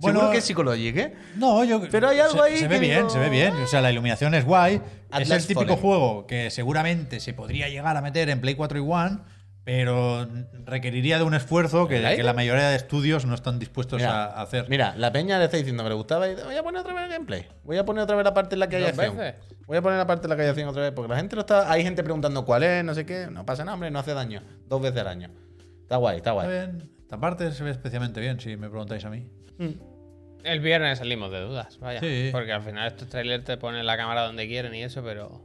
Bueno,
seguro que es psicológico, ¿eh?
No, yo.
Pero hay algo
se-
ahí
Se
que
ve bien,
digo,
se ve bien. O sea, la iluminación es guay. es
Atlas
el típico
Fallen.
juego que seguramente se podría llegar a meter en Play 4 y One, pero requeriría de un esfuerzo que,
¿Verdad?
que la mayoría de estudios no están dispuestos
Mira,
a hacer.
Mira, la peña le está diciendo que le gustaba y dice, voy a poner otra vez el gameplay. Voy a poner otra vez la parte en la que hay
Dos
acción.
veces.
Voy a poner la parte en la que hay acción otra vez porque la gente lo está... Hay gente preguntando cuál es, no sé qué. No pasa nada, hombre, no hace daño. Dos veces al año. Está guay, está
Está
guay.
bien. Esta parte se ve especialmente bien, si me preguntáis a mí.
El viernes salimos de dudas, vaya.
Sí.
Porque al final estos trailers te ponen la cámara donde quieren y eso, pero.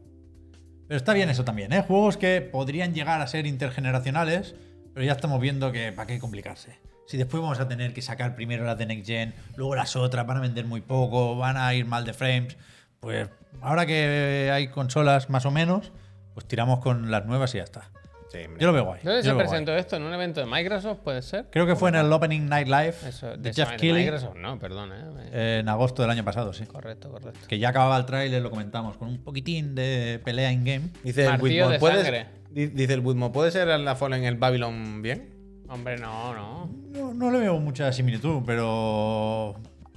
Pero está bien eso también, ¿eh? Juegos que podrían llegar a ser intergeneracionales, pero ya estamos viendo que para qué complicarse. Si después vamos a tener que sacar primero las de Next Gen, luego las otras, van a vender muy poco, van a ir mal de frames, pues ahora que hay consolas más o menos, pues tiramos con las nuevas y ya está.
Sí, hombre.
Yo lo veo guay.
¿Dónde
yo
se
lo veo guay.
presentó esto? ¿En un evento de Microsoft? ¿Puede ser?
Creo que fue en el Opening Night Live
Eso,
de
de,
Jeff
de
Keighley
Microsoft, no, perdón, ¿eh? Me-
eh, en agosto del año pasado, sí.
Correcto, correcto.
Que ya acababa el tráiler, lo comentamos, con un poquitín de pelea in-game.
Dice el
Martillo
Whitmore,
de
¿puedes,
sangre.
di- dice el Whitmore, ¿puede ser la Fallen el Babylon bien?
Hombre, no, no.
No, no le veo mucha similitud, pero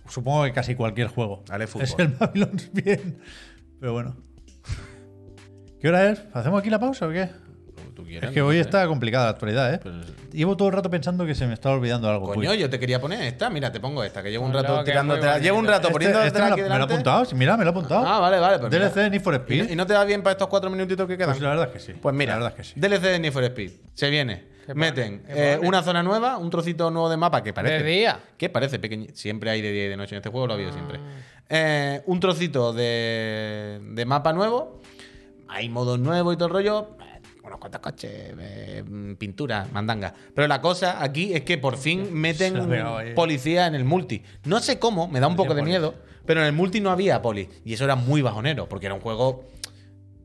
supongo que casi cualquier juego.
Dale fútbol.
Es el Babylon's bien. Pero bueno. ¿Qué hora es? ¿Hacemos aquí la pausa o qué?
Como Pues tú quieras.
Es que hoy está complicada la actualidad, ¿eh? Llevo todo el rato pensando que se me está olvidando algo. pues. Puy.
Pues- Coño, yo te quería poner esta. Mira, te pongo esta, que llevo un
Ponlo, que
rato
es muy
tirándote.
bonito.
Llevo un rato
Este-
poniéndote
este me, lo,
aquí
me lo ha
delante.
apuntado, sí, mira, me lo ha apuntado.
Ah, vale, vale. pues mira.
DLC de Need for Speed.
¿Y no te va bien para estos cuatro minutitos que quedan?
Pues la verdad es que sí.
Pues mira,
La verdad es que sí.
DLC de Need for Speed. Se viene.
Qué
Meten
qué
eh,
pobre.
una zona nueva, un trocito nuevo de mapa que parece.
De día.
Que parece pequeño. Siempre hay de día y de noche en este juego, lo ha habido siempre.
Ah.
Eh, un trocito de, de mapa nuevo. Hay modos nuevos y todo el rollo. eh, Unos cuantos coches, eh, mm, pintura, mandanga. Pero la cosa aquí es que por fin meten
Se la pegaba ahí.
policía en el multi. No sé cómo, me da un poco de miedo, pero en el multi no había poli. Y eso era muy bajonero, porque era un juego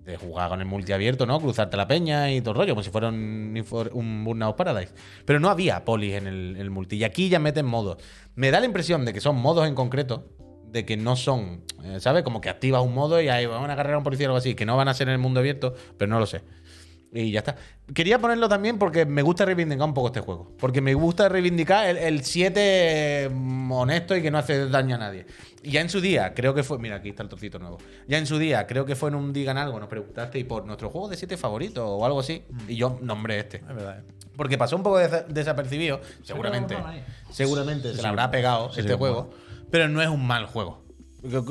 de jugar con el multi abierto, ¿no? Cruzarte la peña y todo el rollo, como si fuera un, infor- un Burnout Paradise. Pero no había polis en el, en el multi. Y aquí ya meten modos. Me da la impresión de que son modos en concreto, de que no son, eh, ¿sabes? Como que activas un modo y ahí van a agarrar a un policía o algo así, que no van a ser en el mundo abierto, pero no lo sé. Y ya está. Quería ponerlo también porque me gusta reivindicar un poco este juego. Porque me gusta reivindicar el- el 7 honesto y que no hace daño a nadie. Y ya en su día, creo que fue. Mira, aquí está el trocito nuevo. Ya en su día, creo que fue en un Digan Algo, nos preguntaste por nuestro juego de 7 favorito o algo así. Y yo nombré este.
Es verdad.
Porque pasó un poco desa- desapercibido, seguramente.
no, no, no.
Seguramente se le habrá pegado este juego. Pero no es un mal juego.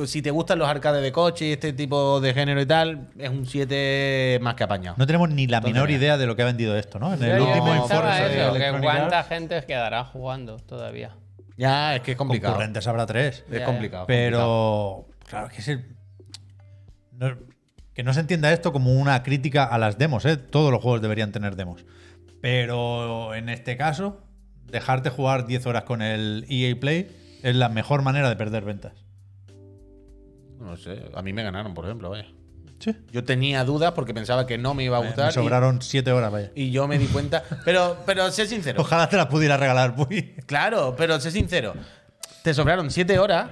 Si te gustan los arcades de coche y este tipo de género y tal, es un 7 más que apañado.
No tenemos ni la menor
mira.
idea de lo que ha vendido esto, ¿no? En
Yo
el
yo
último informe
pensaba
de
eso, que
Electronic
cuánta
Arts,
gente quedará jugando todavía.
Ya, es que es complicado.
concurrentes habrá tres.
Es complicado.
Pero, claro, que es el- no- que no se entienda esto como una crítica a las demos, ¿eh? Todos los juegos deberían tener demos. Pero en este caso, dejarte jugar 10 horas con el EA Play es la mejor manera de perder ventas.
No sé, a mí me ganaron, por ejemplo, vaya.
Sí.
Yo tenía dudas porque pensaba que no me iba a gustar.
Me sobraron 7 horas, vaya.
Y, y yo me di cuenta. Pero, pero sé sincero.
Ojalá te las pudiera regalar, Puy.
Claro, pero sé sincero. Te sobraron siete horas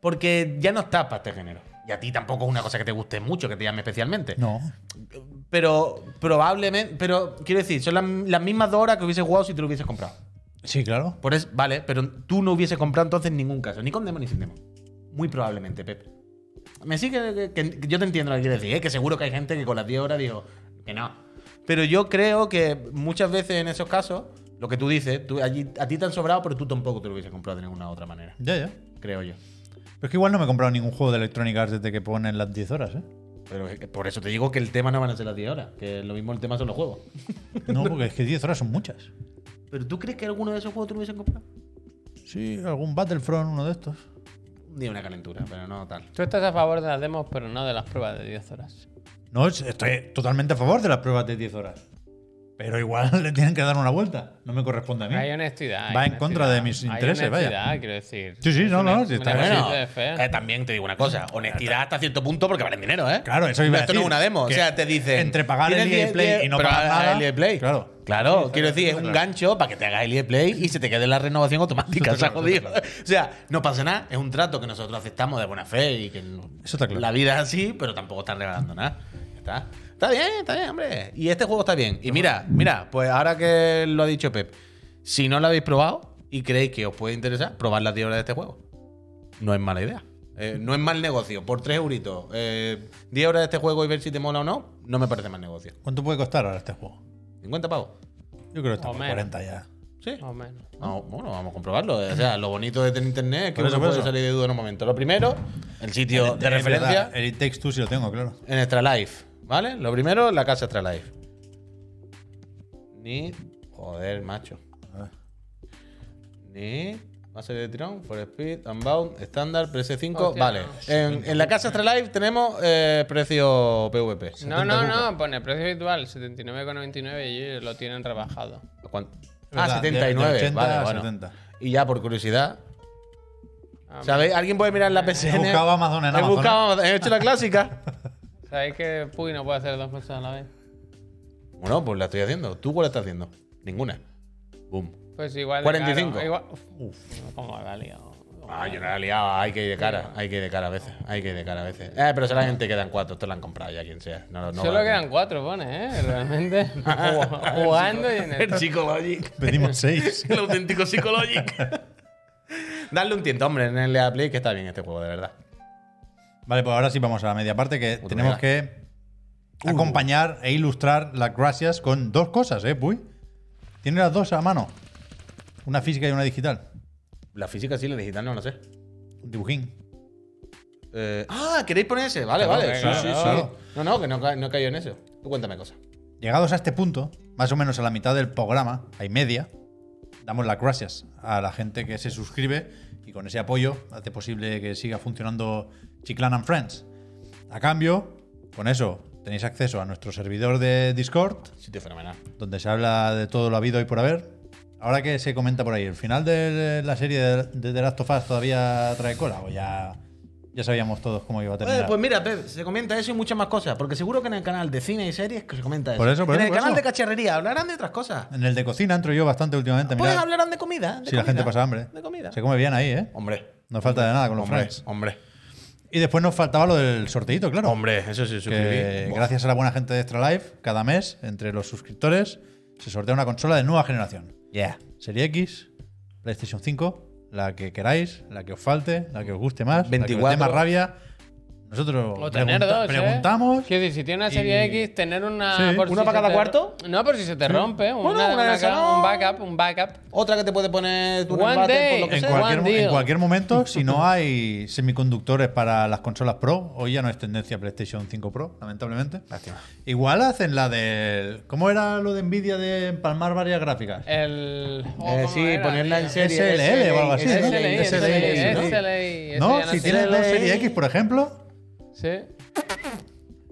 porque ya no estás para este género. Y a ti tampoco es una cosa que te guste mucho, que te llame especialmente.
No.
Pero probablemente. Pero quiero decir, son las, las mismas dos horas que hubiese jugado si tú lo hubieses comprado.
Sí, claro.
Por eso, vale, pero tú no hubieses comprado entonces en ningún caso, ni con demo ni sin demo. Muy probablemente, Pep. Me sigue que, que- que yo te entiendo lo que quieres decir, ¿eh? que seguro que hay gente que con las 10 horas digo que no. Pero yo creo que muchas veces en esos casos, lo que tú dices, tú, allí, a ti te han sobrado, pero tú tampoco te lo hubieses comprado de ninguna otra manera,
Ya, ya.
creo yo.
Pero es que igual no me he comprado ningún juego de Electronic Arts desde que ponen las 10 horas, ¿eh?
Pero es que por eso te digo que el tema no van a ser las 10 horas, que lo mismo el tema son los juegos.
No, porque es que 10 horas son muchas.
¿Pero tú crees que alguno de esos juegos te lo hubiesen comprado?
Sí, algún Battlefront, uno de estos.
Ni una calentura, pero no tal.
Tú estás a favor de las demos, pero no de las pruebas de 10 horas.
No, es- estoy totalmente a favor de las pruebas de 10 horas. Pero igual le tienen que dar una vuelta. No me corresponde a mí.
Hay honestidad. hay
¿Eh? Va en contra de mis
honestidad, hay
intereses, vaya.
honestidad, quiero decir.
Sí, sí,
Es
no,
una-
no, sí, está
una
bien.
cuestión
Bueno,
de fe.
eh, también te digo una cosa, honestidad hasta cierto punto porque valen dinero, ¿eh?
Claro, eso iba a
Esto
decir,
no es una demo, o
que
sea, te dicen
entre pagar el
tienes
EA
10,
Play
10,
y no
pero a-
pagar
a
nada,
el EA Play.
claro.
Claro, quiero decir, es un gancho para que te hagas el EA Play y se te quede la renovación automática, se ha jodido. O sea, no pasa nada, es un trato que nosotros aceptamos de buena fe y que no-
Eso está claro.
la vida es así, pero tampoco están regalando nada. Ya Está, está bien, está bien, hombre. Y este juego está bien. Y mira, mira, pues ahora que lo ha dicho Pep, si no lo habéis probado y creéis que os puede interesar, probad las 10 horas de este juego no es mala idea. Eh, no es mal negocio. Por 3 euritos, eh, 10 horas de este juego y ver si te mola o no, no me parece mal negocio.
¿Cuánto puede costar ahora este juego?
50 pavos.
Yo creo que está
O
por
menos.
40 ya.
Sí.
Más o menos.
Vamos- bueno, vamos a comprobarlo. O sea, lo bonito de tener internet es que
Por eso,
uno
por
puede
eso.
salir de duda en un momento. Lo primero, el sitio de
Es
referencia
verdad, El It Takes Two sí lo tengo, claro.
en Extra Life. ¿Vale? Lo primero, la casa Extra Life. Ni. Joder, macho.
A ver.
Ni. Más serie de tirón, For Speed, Unbound, estándar, PS5.
Hostia,
vale. En, en la casa Extra Life tenemos eh, precio PVP.
No,
70
no,
lucas.
no, pone precio habitual 79,99 y ellos lo tienen rebajado.
¿A cuánto?
verdad,
ah,
de- de
79.
80
vale,
a
bueno.
70.
Y ya por curiosidad.
Ah,
¿Sabéis? ¿Alguien puede mirar la PSN?
He buscado Amazon en
He
Amazon,
buscado
¿eh?
Amazon, He hecho la clásica.
¿Sabéis que Puy no puede hacer dos cosas a la vez?
bueno, pues la estoy haciendo. ¿Tú cuál estás haciendo? Ninguna. Boom.
Pues igual. de
45.
caro, igual- Uf, ¿Cómo la ha liado?
Ah, yo no la he liado. Hay que ir de cara. Hay que ir de cara a veces. Hay que ir de cara a veces. Eh, pero solamente quedan cuatro. Esto lo han comprado ya quien sea. No, no
Solo
vale.
quedan cuatro, pone, ¿eh? Realmente. Jugando y en el.
El Psicologic.
Pedimos 6.
El auténtico Psicologic. Darle un tiento, hombre, en el EA Play, que está bien este juego, de verdad.
Vale, pues ahora sí vamos a la media parte que tenemos
mierda. Uh.
que acompañar e ilustrar las gracias con dos cosas, ¿eh, Puy? Tiene las dos a mano. Una física y una digital.
La física sí, la digital no lo sé.
Un dibujín.
Eh, ah, ¿queréis poner ese? Vale,
Claro,
vale.
claro,
sí, sí,
claro.
sí. No, no, que no, ca- no he caído en eso. Tú cuéntame cosas.
Llegados a este punto, más o menos a la mitad del programa, hay media, damos las gracias a la gente que se suscribe y con ese apoyo hace posible que siga funcionando Chiclan and Friends. A cambio, con eso tenéis acceso a nuestro servidor de Discord,
Sitio fenomenal.
donde se habla de todo lo habido y por haber. Ahora que se comenta por ahí, ¿el final de la serie de, de The Last of Us todavía trae cola? ¿O ya, ya sabíamos todos cómo iba a
Oye,
terminar?
pues mira, Pep, se comenta eso y muchas más cosas. Porque seguro que en el canal de cine y series que se comenta eso.
Por eso, por
en
eso,
el
por
canal
eso.
de cacharrería hablarán de otras cosas.
en el de cocina entro yo bastante últimamente.
Pues
mirad.
hablarán de comida. de
Si la
comida,
gente pasa hambre.
De comida.
Se come bien ahí, ¿eh?
Hombre.
No falta de nada con los
Hombre,
friends.
hombre.
Y después nos faltaba lo del sorteito, claro.
Hombre, eso sí,
que
suscribí. Buah.
gracias a la buena gente de Extra Life, cada mes, entre los suscriptores, se sortea una consola de nueva generación.
Yeah.
Serie X, PlayStation 5, la que queráis, la que os falte, la que os guste más, la que os
24.
dé más rabia. Nosotros
O tener
pregunta-
dos. ¿eh?
preguntamos.
Quiero decir, si tiene una serie
y-
X, tener una.
Sí.
por
¿Una
si
para
se
cada
te-
cuarto?
No, por si se te rompe. Una,
Bueno, una
una
de esas,
ca-
¿no?
un backup, un backup.
Otra que te puede poner tu
One
embate
day.
por lo que
En
Sí,
sea.
cualquier,
Juan,
en
tío.
cualquier momento, si no hay semiconductores para las consolas Pro, hoy ya no es tendencia PlayStation 5 Pro, lamentablemente. Igual hacen la del. ¿Cómo era lo de Nvidia de empalmar varias gráficas?
El. oh,
Eh,
¿cómo
sí,
era,
ponerla
tío?
en serie.
SLL o algo así. ¿no?
SLI,
SLI, SLI,
¿no?
SLI,
No,
ya
si
sé.
tienes dos Series X, por ejemplo,
Sí.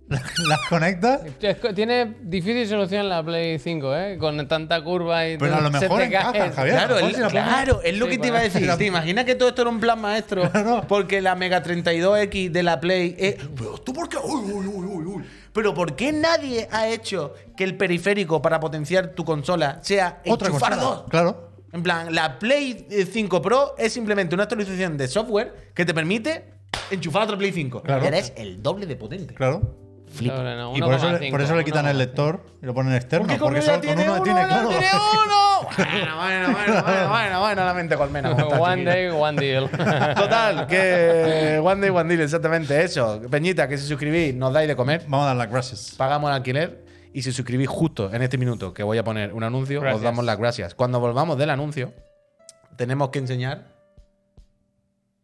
las conectas.
Es que Tiene difícil solución la Play 5, ¿eh? Con tanta curva y
Pero
todo,
a lo
se
mejor
te
encajan,
cae.
Javier.
Claro,
Mejor
el-
si la pones-
claro, es lo
Sí,
que te
pues,
iba a
si la-
decir. ¿Te imaginas que todo esto era un plan maestro?
Claro.
Porque la Mega 32X de la Play. es- Pero tú por qué. Uy, uy, uy, uy, uy. Pero ¿por qué nadie ha hecho que el periférico para potenciar tu consola sea
Otra
enchufar
consola,
dos?
Claro.
En plan, la Play eh, 5 Pro es simplemente una actualización de software que te permite enchufar otra Play 5.
Claro.
Y ahora es el doble de potente.
Claro.
Sobre, no,
Y por eso, le,
1,5,
por eso le quitan el
1,5.
lector y lo ponen externo.
Porque con
porque
uno
solo
ya
con uno tiene,
ya
claro.
tiene uno. Bueno, bueno, bueno, bueno, bueno, bueno, la mente colmena. como está,
One
chiquillo.
day, one deal.
Total, que One Day One Deal, exactamente eso. Peñita, que si suscribís nos dais de comer,
Vamos a dar las gracias.
pagamos el alquiler y si suscribís justo en este minuto que voy a poner un anuncio,
Gracias.
os damos las gracias. Cuando volvamos del anuncio, tenemos que enseñar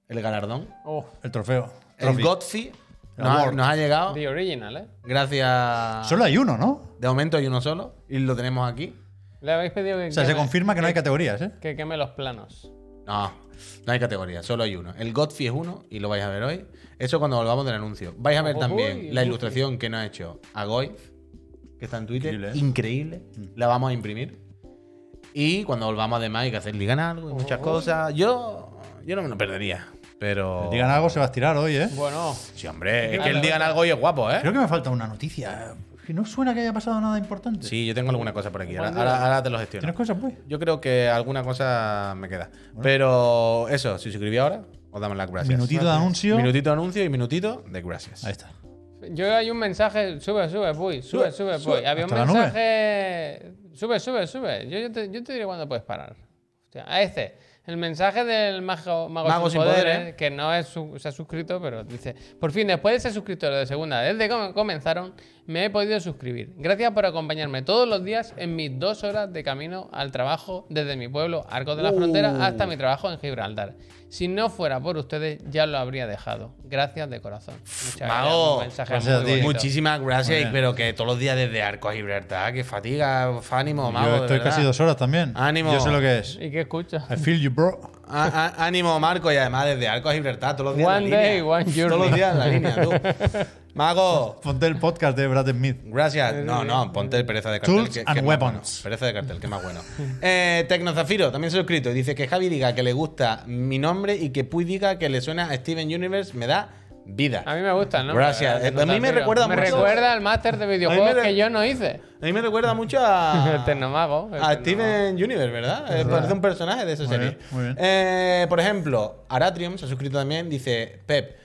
el galardón.
Oh,
El trofeo.
El
Trophy.
Godfi
El
nos, ha-
award.
nos ha llegado.
the original, ¿eh?
Gracias.
Solo hay uno, ¿no?
De momento hay uno solo y lo tenemos aquí.
Le habéis pedido que,
O sea, se
queme-
confirma que no hay categorías, ¿eh?
que queme los planos.
No, no hay categoría, solo hay uno. El Godfi es uno y lo vais a ver hoy. Eso cuando volvamos del anuncio. Vais a ver
Uy,
también la
uy.
ilustración que nos ha hecho Agoy, que está en Twitter.
Increíble,
Increíble.
¿eh?
La vamos a imprimir. Y cuando volvamos además hay que hacerle ganar algo y muchas cosas. Yo, yo no me lo perdería, pero...
Digan algo, se va a estirar hoy, ¿eh?
Bueno,
Sí, hombre, es que el digan algo hoy es guapo, ¿eh?
Creo que me falta una noticia. Que no suena que haya pasado nada importante.
Sí, yo tengo alguna cosa por aquí. Ahora,
Cuando-
ahora- ahora te lo gestiono.
¿Tienes cosas, pues?
Yo creo que alguna cosa me queda. Pero eso, si suscribí ahora, os damos las gracias.
Minutito de anuncio.
Minutito de anuncio y minutito de gracias.
Ahí está.
yo hay un mensaje. Sube, sube, puy. Sube, sube, puy. Había un
Hasta la nube.
mensaje. Sube, sube, sube. Yo, yo te, yo te diré cuándo puedes parar. Hostia, a este. El mensaje del mago, mago,
Mago
sin,
sin
poderes,
poderes.
que no es su- se ha suscrito, pero dice, por fin, después de ser suscriptor de segunda, desde que comenzaron, me he podido suscribir. Gracias por acompañarme todos los días en mis dos horas de camino al trabajo desde mi pueblo, Arcos de la Frontera, hasta mi trabajo en Gibraltar. Si no fuera por ustedes, ya lo habría dejado. Gracias de corazón. Muchas
Mago,
Un mensaje
gracias
muy
a ti.
bonito.
Muchísimas gracias,
bien.
pero que todos los días desde Arco a Gibraltar, que fatiga, ánimo, mago.
Yo
de
estoy
verdad.
casi dos horas también.
Ánimo.
Yo sé lo que es.
¿Y qué escuchas?
I feel you, bro.
Á- á- ánimo, Marco, y además desde Arco a Gibraltar, todos los días.
One
en la
day,
línea.
one journey.
Todos los días en la línea, tú. Mago,
Ponte el podcast de Brad Smith.
gracias. No, no, ponte el pereza de cartel.
Tools
que,
and
que es más
weapons.
bueno. Pereza de cartel, que es más bueno. Eh, Tecno Zafiro, también se ha suscrito. Dice que Javi diga que le gusta mi nombre y que Puy diga que le suena a Steven Universe, me da vida.
A mí me gustan, ¿no?
Gracias.
Pero,
A mí me recuerda
me
mucho-
recuerda al máster de videojuegos
A mí me re-
que yo no hice.
A mí me recuerda mucho a.
El Tecnomago. el
A
Tecnomago.
Steven Universe, ¿verdad? Eh, Parece un personaje de esa
Muy
serie.
bien, muy bien.
Eh, por ejemplo, Aratrium se ha suscrito también. Dice: Pep,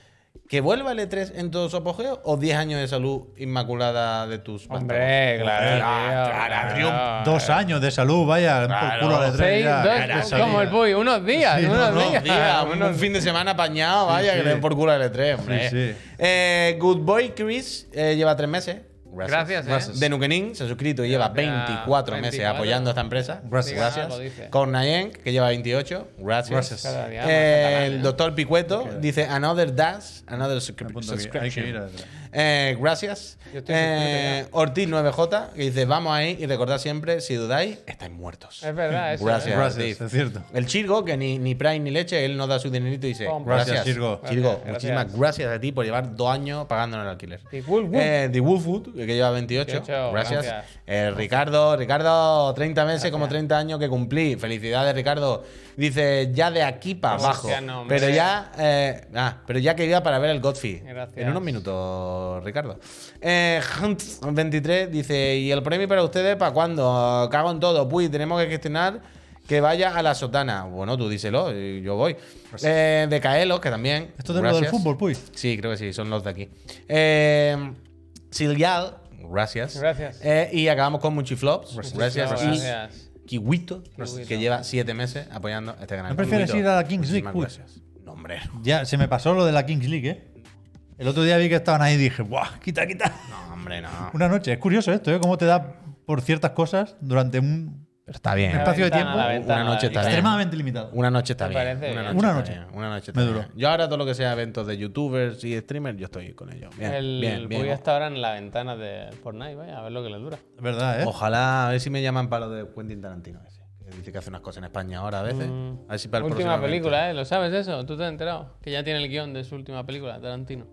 ¿que vuelva el E3 en todo su apogeo o 10 años de salud inmaculada de tus
Hombre,
Eh,
claro.
Ah, claro,
tío,
Adrián,
Dos años de salud, vaya.
Claro.
por culo de tres
Seis,
ya,
dos,
que te
como
salía.
el Puy, unos días,
Sí,
unos
no, no,
días.
Día, un,
unos
un fin de semana apañado, vaya,
Sí,
que
sí.
le den por culo el E3, hombre.
Sí, sí.
Eh, Good Boy Chris eh, lleva 3 meses.
Gracias, eh.
De Nukenin se ha suscrito y lleva
Gracias.
24 meses
24.
apoyando a esta empresa.
Gracias.
Diga
Gracias.
algo, dice.
Con Nayen, que lleva 28. Gracias.
Gracias.
Cada día más
Eh,
catalán, ¿eh?
el doctor Picueto dice Another Dash, Another
Me
subscri-
apunto aquí. Hay que ir
Subscription.
a-
Eh, gracias.
estoy
Eh, Ortiz 9J, que dice, vamos ahí y recordad siempre, si dudáis, estáis muertos.
Es verdad, eso.
Gracias.
¿eh?
Gracias,
Ortiz.
es cierto.
El Chirgo, que ni, ni Prime ni leche, él nos da su dinerito y dice,
Gracias,
gracias,
Chirgo.
Chirgo,
Gracias,
muchísimas
gracias.
gracias. a ti por llevar dos años pagándonos el alquiler.
The Wolf Wolf.
Eh, The Woodwood, que lleva 28.
28,
gracias.
gracias.
Eh, Ricardo, Ricardo, 30 meses, como 30 años que cumplí. Felicidades, Ricardo. Dice, ya de aquí para abajo.
Gracias, no, hombre.
pero ya eh, ah, pero ya quería para ver el Godfrey.
Gracias.
En unos minutos, Ricardo. Eh, Hunt 23 dice, ¿y el premio para ustedes para cuándo? Cago en todo. Pues tenemos que gestionar que vaya a la sotana. Bueno, tú díselo, y yo voy. Eh, de Caelos, que también.
Pues Esto es de lo del
gracias.
fútbol, pues.
Sí, creo que sí, son los de aquí. Eh, Silial, gracias.
Gracias.
Eh, y acabamos con Muchiflops.
Pues
Gracias.
Muchísimas
Y
gracias.
Kiwito,
Kiwito.
que lleva siete meses apoyando este canal.
¿No prefieres
Kiwito,
ir a la Kings League,
muchísimas
Puy?
Gracias. No, hombre.
Ya, se me pasó lo de la Kings League, ¿eh? El otro día vi que estaban ahí y dije, ¡buah! ¡Quita, quita!
No, hombre, no.
Una noche. Es curioso esto, ¿eh? Cómo te da por ciertas cosas durante un
Pero está bien.
Espacio de
La
tiempo,
la
una noche
la
está bien.
extremadamente limitado.
Una noche está
Me
bien.
parece bien.
Una
está
noche.
bien, Una noche está
Me
bien.
duró.
Yo ahora todo lo que sea eventos de youtubers y streamers, yo estoy con ellos. Bien,
el
bien, bien.
voy hasta ahora en la ventana de Fortnite, vaya, a ver lo que le dura.
Es verdad, ¿eh?
Ojalá, a ver si me llaman para lo de Quentin Tarantino. ese, que dice que hace unas cosas en España ahora a veces. A ver si para el
Mm. última
próximo evento.
película, ¿eh? ¿Lo sabes eso? ¿Tú te has enterado? Que ya tiene el guión de su última película, Tarantino.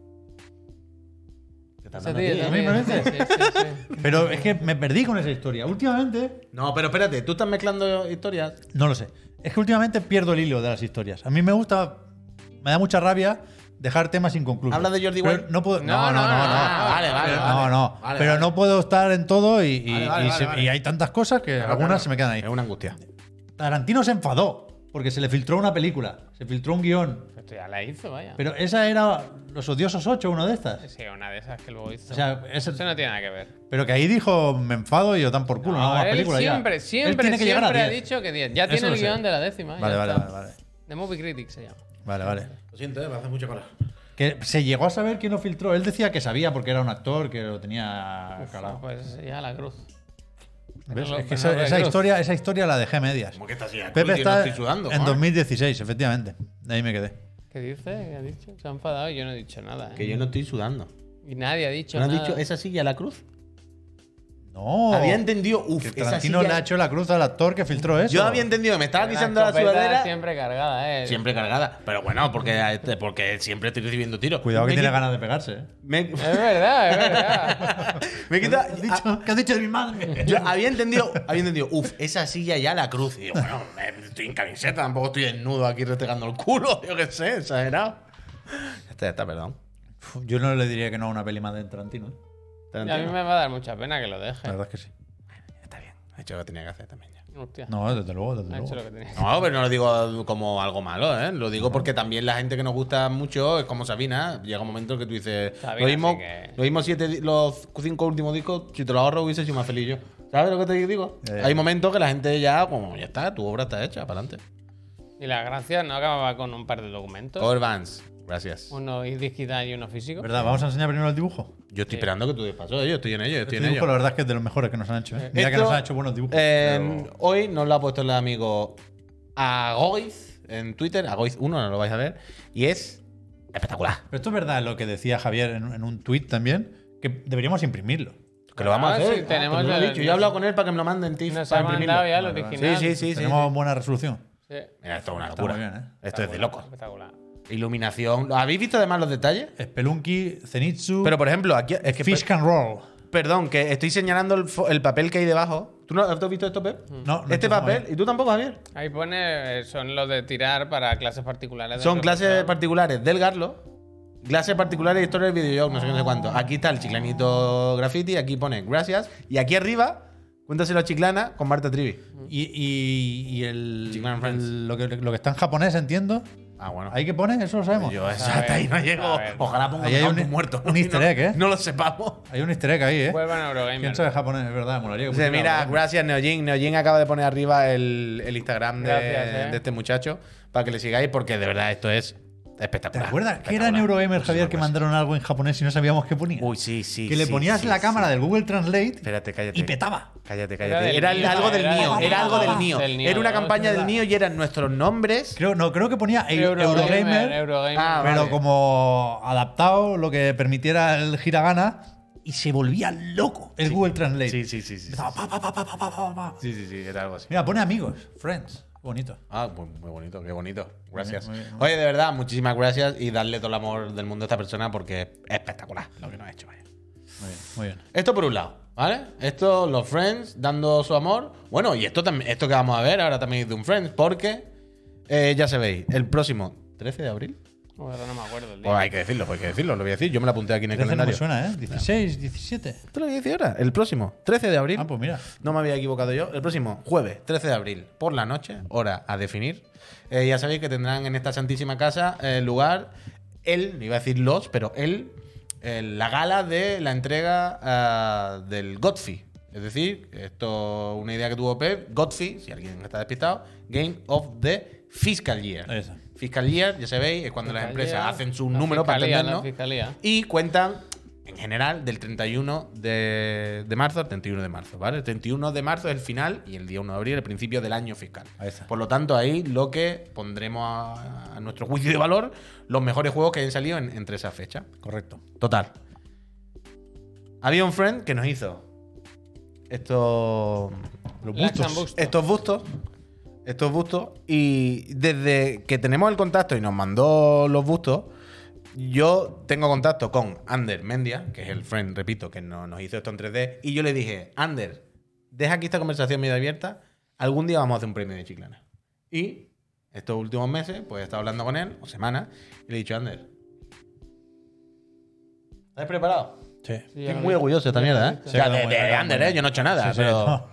¿Te están
Ese
dando
tío
¿A
también.
mí me
Sí,
parece?
sí, sí, sí.
Pero es que me perdí con esa historia. Últimamente,
No, pero espérate, tú estás mezclando historias.
no lo sé. Es que últimamente pierdo el hilo de las historias. A mí me gusta, me da mucha rabia dejar temas inconclusos.
¿Hablas de Jordi
Pero
Wild?
No, puedo, no, no, no. no.
Ah, vale, vale.
Pero-
vale.
no, no.
Vale,
pero
vale.
no puedo estar en todo y, y-
Vale, vale,
y
vale,
se-
vale.
y hay tantas cosas que
Claro,
algunas
claro.
se me quedan ahí.
Es una angustia.
Tarantino se enfadó porque se le filtró una película, se filtró un guión.
Pues Esto ya la hizo, vaya.
Pero esa era Los Odiosos 8, una de estas.
Sí, una de esas que luego hizo.
O sea, ese-
eso no tiene nada que ver.
Pero que ahí dijo, me enfado y yo tan por culo, no, hago más
él
películas ya".
siempre,
Él
siempre,
tiene que llegar a
siempre ha
10.
dicho que 10. Ya
Eso
tiene
lo
el
sé.
guión de la
Ah,
décima. ¿eh?
Vale,
ya
vale,
está.
vale, vale.
The Movie Critic se llama.
Vale, vale.
Lo siento, eh, me hace mucha cola.
Que se llegó a saber quién lo filtró. Él decía que sabía porque era un actor, que lo tenía calado.
Pues ya la cruz.
Ah, ¿Ves?
no,
Es que
no,
esa,
no,
esa
no.
historia, esa historia la dejé a medias.
¿Cómo que estás así?
Pepe
Yo no
está
estoy sudando.
en
joder.
2016, efectivamente. De ahí me quedé.
¿Qué dice? ¿Qué ha dicho? Se ha enfadado y yo no he dicho nada. ¿eh?
Que yo no estoy sudando.
Y nadie ha dicho
¿No has
nada.
dicho esa silla a la cruz?
No.
Había entendido, uff,
Que
esa
Tarantino
silla.
le ha hecho la cruz al actor que filtró eso.
yo había entendido, me estaba guisando la
escopeta
sudadera. Siempre.
siempre cargada, eh.
cargada. Pero bueno, porque, eh, porque siempre estoy recibiendo tiros.
Cuidado que
Me
tiene
qui-
ganas de pegarse. ¿eh?
Me,
Es verdad, es verdad.
me he quitado-
¿Qué has dicho? ¿Qué has dicho de mi madre?
Yo había entendido, había entendido, uff, esa silla ya la cruz. Y yo, bueno, eh, estoy en camiseta, tampoco estoy desnudo aquí restregando el culo, yo qué sé, exagerado. Ya está, ya está, perdón.
Uf, Yo no le diría que no a una peli más de Tarantino. ¿eh?
Y a mí me va a dar mucha pena que lo deje.
La verdad es que sí.
Está bien, ha hecho lo que tenía que hacer también ya.
Hostia.
No, desde luego, desde
ha hecho lo
luego.
que tenía.
No, pero no lo digo como algo malo, ¿eh? Lo digo porque también la gente que nos gusta mucho es como Sabina. Llega un momento que tú dices,
Sabina,
lo mismo,
sí que-
lo mismo siete, di- los cinco últimos discos, si te los ahorro hubiese sido más feliz yo. ¿Sabes lo que te digo?
Ya, ya.
Hay momentos que la gente ya, como, ya está, tu obra está hecha, para adelante.
Y la gracia no acababa con un par de documentos.
Cover Bands, gracias.
Uno digital y uno físico.
¿Verdad? Vamos a enseñar primero el dibujo.
Yo estoy esperando que tú despacho, yo estoy en ello, yo estoy
Este
en
dibujo,
ello.
la verdad es que es de los mejores que nos han hecho. ¿eh? Mira que
Esto,
nos han hecho buenos dibujos.
eh, Hoy nos lo ha puesto el amigo Agoiz en Twitter, Agoiz1, no lo vais a ver, y es espectacular.
Pero esto es verdad lo que decía Javier en, en un tuit también, que deberíamos imprimirlo.
Que lo vamos a
Ah,
hacer.
sí,
Ah,
tenemos
pues me lo he
el-
dicho. Yo he hablado con él para que me lo manden tips.
Nos
para
ha
imprimirlo.
mandado ya el
Vale, vale.
original.
Sí, sí, sí. sí.
Tenemos buena resolución.
Sí.
Mira, esto es una
Está
locura.
muy bien, ¿eh?
Esto es de locos.
Espectacular.
Iluminación. ¿Lo ¿Habéis visto además los detalles?
Spelunky, Zenitsu,
Pero por ejemplo, aquí es que.
Fish Can Roll.
Perdón, que estoy señalando el, fo- el papel que hay debajo. ¿Tú no has visto esto, Pep?
Mm.
No, no
este
estamos
papel.
bien.
¿Y tú tampoco, Javier?
Ahí pone, eh, son los de tirar para clases particulares. de
Son
profesor.
clases particulares del Garlo. Clases particulares de historia del videojuego, no sé qué, no sé cuánto. Aquí está el chiclanito graffiti, aquí pone gracias. Y aquí arriba, cuéntaselo a Chiclana con Marta Trivi.
Y, y- y el,
Chiclan Friends.
el- lo, que, lo que está en japonés, entiendo.
Ah, bueno.
¿Ahí que pone? Eso lo sabemos.
Yo
A ver,
hasta ahí no
a
llego.
ver.
Ojalá ponga
Ahí hay
un,
un-
muerto.
un easter
No-
egg, ¿eh?
No lo sepamos.
Hay un easter egg ahí, ¿eh?
Vuelvan a Pues Eurogamer.
¿Quién sabe japonés? Es verdad, molaría que
Dice,
pusiera
mira,
¿eh?
algo.
gracias Neojin. Neojin acaba de poner arriba el, el Instagram de,
Gracias, eh.
de este muchacho para que le sigáis porque de verdad esto es
¿Te
Espectacular.
acuerdas? ¿Qué era
espectacular.
Neurogamer, Javier,
Muchísimas
que
gracias.
mandaron algo en japonés y no sabíamos qué ponía?
pues. Uy, sí, sí.
que le
sí,
ponías
sí,
la
sí.
cámara del Google Translate
Espérate, cállate.
y petaba.
Cállate,
Era del
cállate. Era,
Nio,
algo del
era
mío,
del
era algo del mío.
Nio. Del Nio,
Era una
¿no?
campaña
Es
del
verdad.
mío y eran nuestros nombres.
Creo, no, creo que ponía Eu-
Eurogamer,
Eurogamer,
Eurogamer.
Ah,
pero
vale.
como adaptado lo que permitiera el hiragana y se volvía loco el Google Translate.
Sí, sí, sí, sí.
Empezaba pa, pa, pa, pa, pa, pa, pa, pa.
Sí, sí, sí, era algo así.
Mira, pone amigos, friends. Bonito.
Ah, muy, muy bonito, qué bonito. Gracias.
Muy bien, muy bien.
Oye, de verdad, muchísimas gracias y darle todo el amor del mundo a esta persona porque es espectacular lo que nos ha hecho. vaya.
Muy bien, muy bien.
Esto por un lado, ¿vale? Esto, los Friends dando su amor. Bueno, y esto, también, esto que vamos a ver ahora también es de un Friends porque, eh, ya sabéis, el próximo 13 de abril.
Ahora no me acuerdo el
Pues
día.
hay que decirlo, pues hay que decirlo, lo voy a decir. Yo me lo apunté aquí en el
Parece no me
calendario.
suena, ¿eh? 16, 17.
Te lo voy a decir ahora, el próximo 13 de abril.
Ah, pues mira.
No me había equivocado yo. El próximo jueves, 13 de abril, por la noche, hora a definir. Eh, ya sabéis que tendrán en esta santísima casa eh, lugar el, no iba a decir los, pero el, el- la gala de la entrega ah, del Godfrey. Es decir, esto una idea que tuvo Pep, Godfrey, si alguien está despistado, Game of the Fiscal Year.
Esa.
Fiscal Year, ya sabéis, es cuando las
Fiscalía,
empresas hacen sus
la
números para
fiscalía, la
entendernos.
fiscalía.
Y cuentan, en general, del 31 de, de marzo al 31 de marzo, ¿vale? El 31 de marzo es el final y el día 1 de abril el principio del año fiscal.
Ahí está.
Por lo tanto, ahí lo que pondremos a, a nuestro juicio de valor los mejores juegos que hayan salido en- entre esa fecha.
Correcto.
Total. Había un friend que nos hizo estos,
Los
Lax and
bustos.
Busto.
estos bustos. Estos bustos. Y desde que tenemos el contacto y nos mandó los bustos, yo tengo contacto con Ander Mendia, que es el friend, repito, que no- nos hizo esto en 3D. Y yo le dije, Ander, deja aquí esta conversación medio abierta. Algún día vamos a hacer un premio de Chiclana. Y estos últimos meses, pues he estado hablando con él, o semanas, y le he dicho, Ander, ¿estás preparado?
Sí.
Sí,
Estoy
ya
muy
lo-
orgulloso de esta mierda, ¿eh?
Sí,
O sea,
queda
de,
muy-
de
ha quedado
Ander,
muy
¿eh? Yo no he hecho nada,
Sí, sí,
pero
no.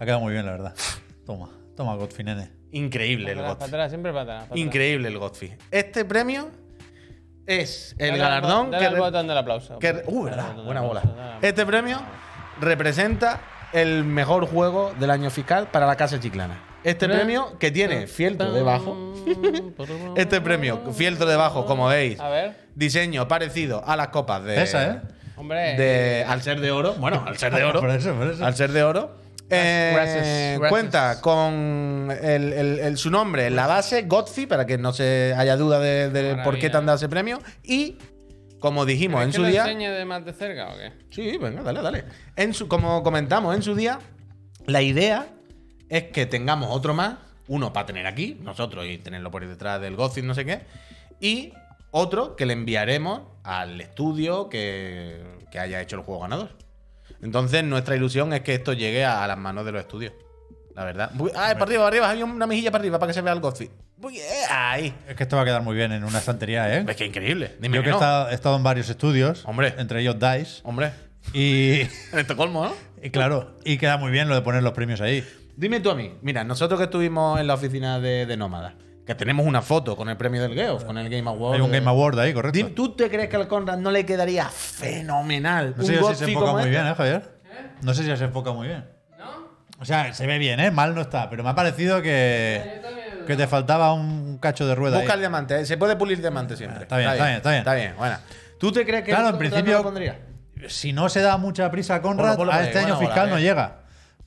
Ha quedado muy bien, la verdad. Toma, toma, Godfrey, nene.
increíble el
Para atrás, para
Godfrey.
atrás, siempre para atrás. para atrás.
Increíble el Godfrey. Este premio es el
Dale al
galardón
bo- dale
que,
al
re-
botón del aplauso.
que re-
Dale
Uh,
al
verdad,
botón del
buena
aplauso, dale
bola.
al-
Este premio representa el mejor juego del año fiscal para la Casa Chiclana. Este
Tre-
premio que tiene fieltro debajo. Este premio, fieltro debajo, como veis.
A ver,
Diseño parecido a las copas de.
Esa, ¿eh?
hombre.
de- al ser de oro. Bueno, al ser de oro.
Por eso, por eso.
Al ser de oro. eh,
Gracias, gracias.
Cuenta con el- el- el- su nombre en la base, Godfrey, para que no se haya duda de, de
Maravilla.
por qué te han dado ese premio. Y, como dijimos
¿Quieres
en
que
su
lo
día.
enseñe de más de cerca o qué?
Sí, venga, dale, dale. En su, como comentamos en su día, la idea es que tengamos otro más, uno para tener aquí, nosotros, y tenerlo por detrás del Gothic, no sé qué, y otro que le enviaremos al estudio que, que haya hecho el juego ganador. Entonces, nuestra ilusión es que esto llegue a, a las manos de los estudios. La verdad. Uy, Ah, para arriba, para arriba, había una mejilla para arriba para que se vea el Gothic. Uy, eh, Ahí.
Es que esto va a quedar muy bien en una estantería, ¿eh?
Es que increíble. Dime
Yo
que
que he
no.
estado, he estado en varios estudios,
Hombre.
entre ellos DICE,
Hombre,
y,
en Estocolmo, ¿no?
y claro, y queda muy bien lo de poner los premios ahí.
Dime tú a mí, mira, nosotros que estuvimos en la oficina de, de Nómada, que tenemos una foto con el premio del Geoff, con el Game Award.
Hay un
de-
Game Award ahí, correcto.
Dime, ¿Tú te crees que al Conrad no le quedaría fenomenal?
No sé yo si se
Godfrey
enfoca
como
muy
este?
bien, ¿eh, Javier? No sé si se enfoca muy bien. O sea, se ve bien, ¿eh? Mal no está, pero me ha parecido que, que te faltaba un cacho de rueda. ahí.
Busca el diamante, ¿eh? se puede pulir diamante siempre.
Está bien, está bien, está
Está bien, bueno. ¿Tú te crees que
Claro,
el
en
Conrad
principio-
no lo pondría?
Si no se da mucha prisa a Conrad,
Ponlo, ponlo por
a
ahí,
este año
buena
fiscal
bola,
no
eh.
llega.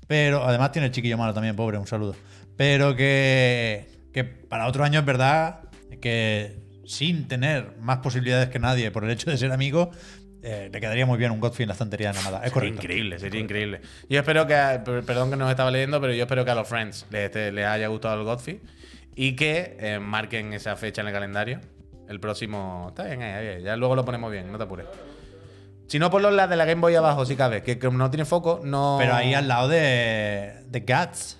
Pero además tiene el chiquillo malo también, pobre, un saludo. Pero que, que para otro año es verdad que sin tener más posibilidades que nadie por el hecho de ser amigo, eh, le quedaría muy bien un Godfrey en la estantería de Namada. Es
Sería
correcto.
increíble, sería increíble. Yo espero que, a- per- perdón que no estaba leyendo, pero yo espero que a los Friends les, esté- les haya gustado el Godfrey y que eh, marquen esa fecha en el calendario. El próximo. Está bien, ahí, ahí, ya luego lo ponemos bien, no te apures. Si no, ponlo en la de la Game Boy abajo, si cabe, que, que no tiene foco, no.
Pero ahí al lado de, de Guts.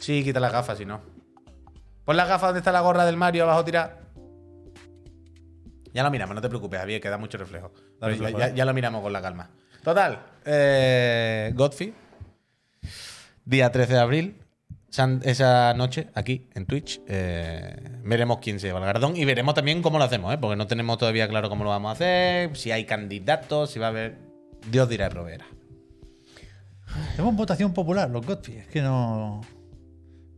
Sí, quita las gafas, si no. Pon las gafas donde está la gorra del Mario abajo, tira. Ya lo miramos, no te preocupes, Javier, que da mucho reflejo.
Da
Pero ya-
reflejo,
ya,
¿eh?
ya lo miramos con la calma. Total, eh, Godfrey, día 13 de abril, san- esa noche, aquí en Twitch, eh, veremos quién se lleva el galardón y veremos también cómo lo hacemos, ¿eh? porque no tenemos todavía claro cómo lo vamos a hacer, si hay candidatos, si va a haber. Dios dirá y proveerá.
Tenemos votación popular, los Godfrey. Es que no.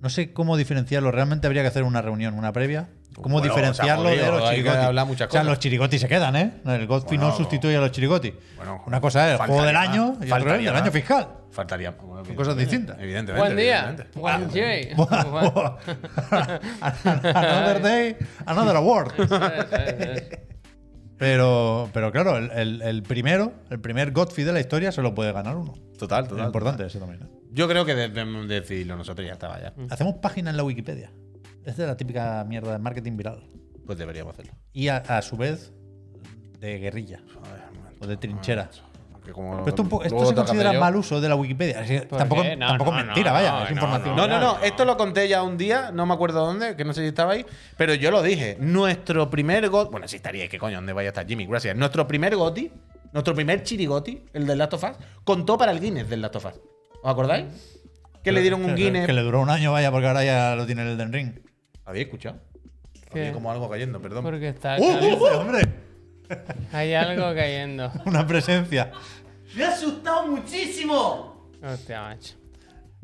No sé cómo diferenciarlo. Realmente habría que hacer una reunión, una previa. ¿Cómo
Bueno,
diferenciarlo
se ha
de
movido,
los
hay que
chirigotis?
hablar muchas
o sea,
cosas.
los chirigotis se quedan, ¿eh? El Godfrey
Bueno,
no sustituye a los chirigotis.
Bueno,
una cosa es el juego
faltaría más.
del año y otra es
Faltaría
del
más.
año fiscal.
Faltaría.
cosas distintas.
Evidentemente.
Buen día.
evidentemente. Ah,
Buen Jay.
another day, another award. Pero, pero claro, el, el- el primero, el primer Godfrey de la historia se lo puede ganar uno.
Total,
Es
total.
importante eso también. ¿eh?
Yo creo que debemos decidirlo nosotros y ya estaba ya.
Hacemos página en la Wikipedia. Esta es la típica mierda de marketing viral.
Pues deberíamos hacerlo.
Y a, a su vez, de guerrilla
Joder, un momento.
o de trinchera.
Que como-
Pero esto, un po- esto
Ah, luego
se
toca
considera
hacer yo.
mal uso de la Wikipedia. Así que
¿Por
tampoco
qué? No,
tampoco
no,
es mentira,
no,
vaya,
no,
es
no,
información.
No, no, no, esto lo conté ya un día, no me acuerdo dónde, que no sé si estaba ahí, pero yo lo dije. Nuestro primer GOTI. Bueno, sí estaría, que coño, ¿dónde vaya a estar Jimmy? Gracias. Nuestro primer GOTI, nuestro primer Chirigoti, el del Last of Us, contó para el Guinness del Last of Us. ¿Os acordáis? Que le dieron un
Que-
Guinness.
Que le duró un año, vaya, porque ahora ya lo tiene el Den Ring.
¿Habéis escuchado?
¿Qué?
Había como algo cayendo, perdón.
Porque está.
¡Uh, uh, uh! hombre!
Hay algo cayendo.
Una presencia.
¡Me ha asustado muchísimo!
Hostia, macho.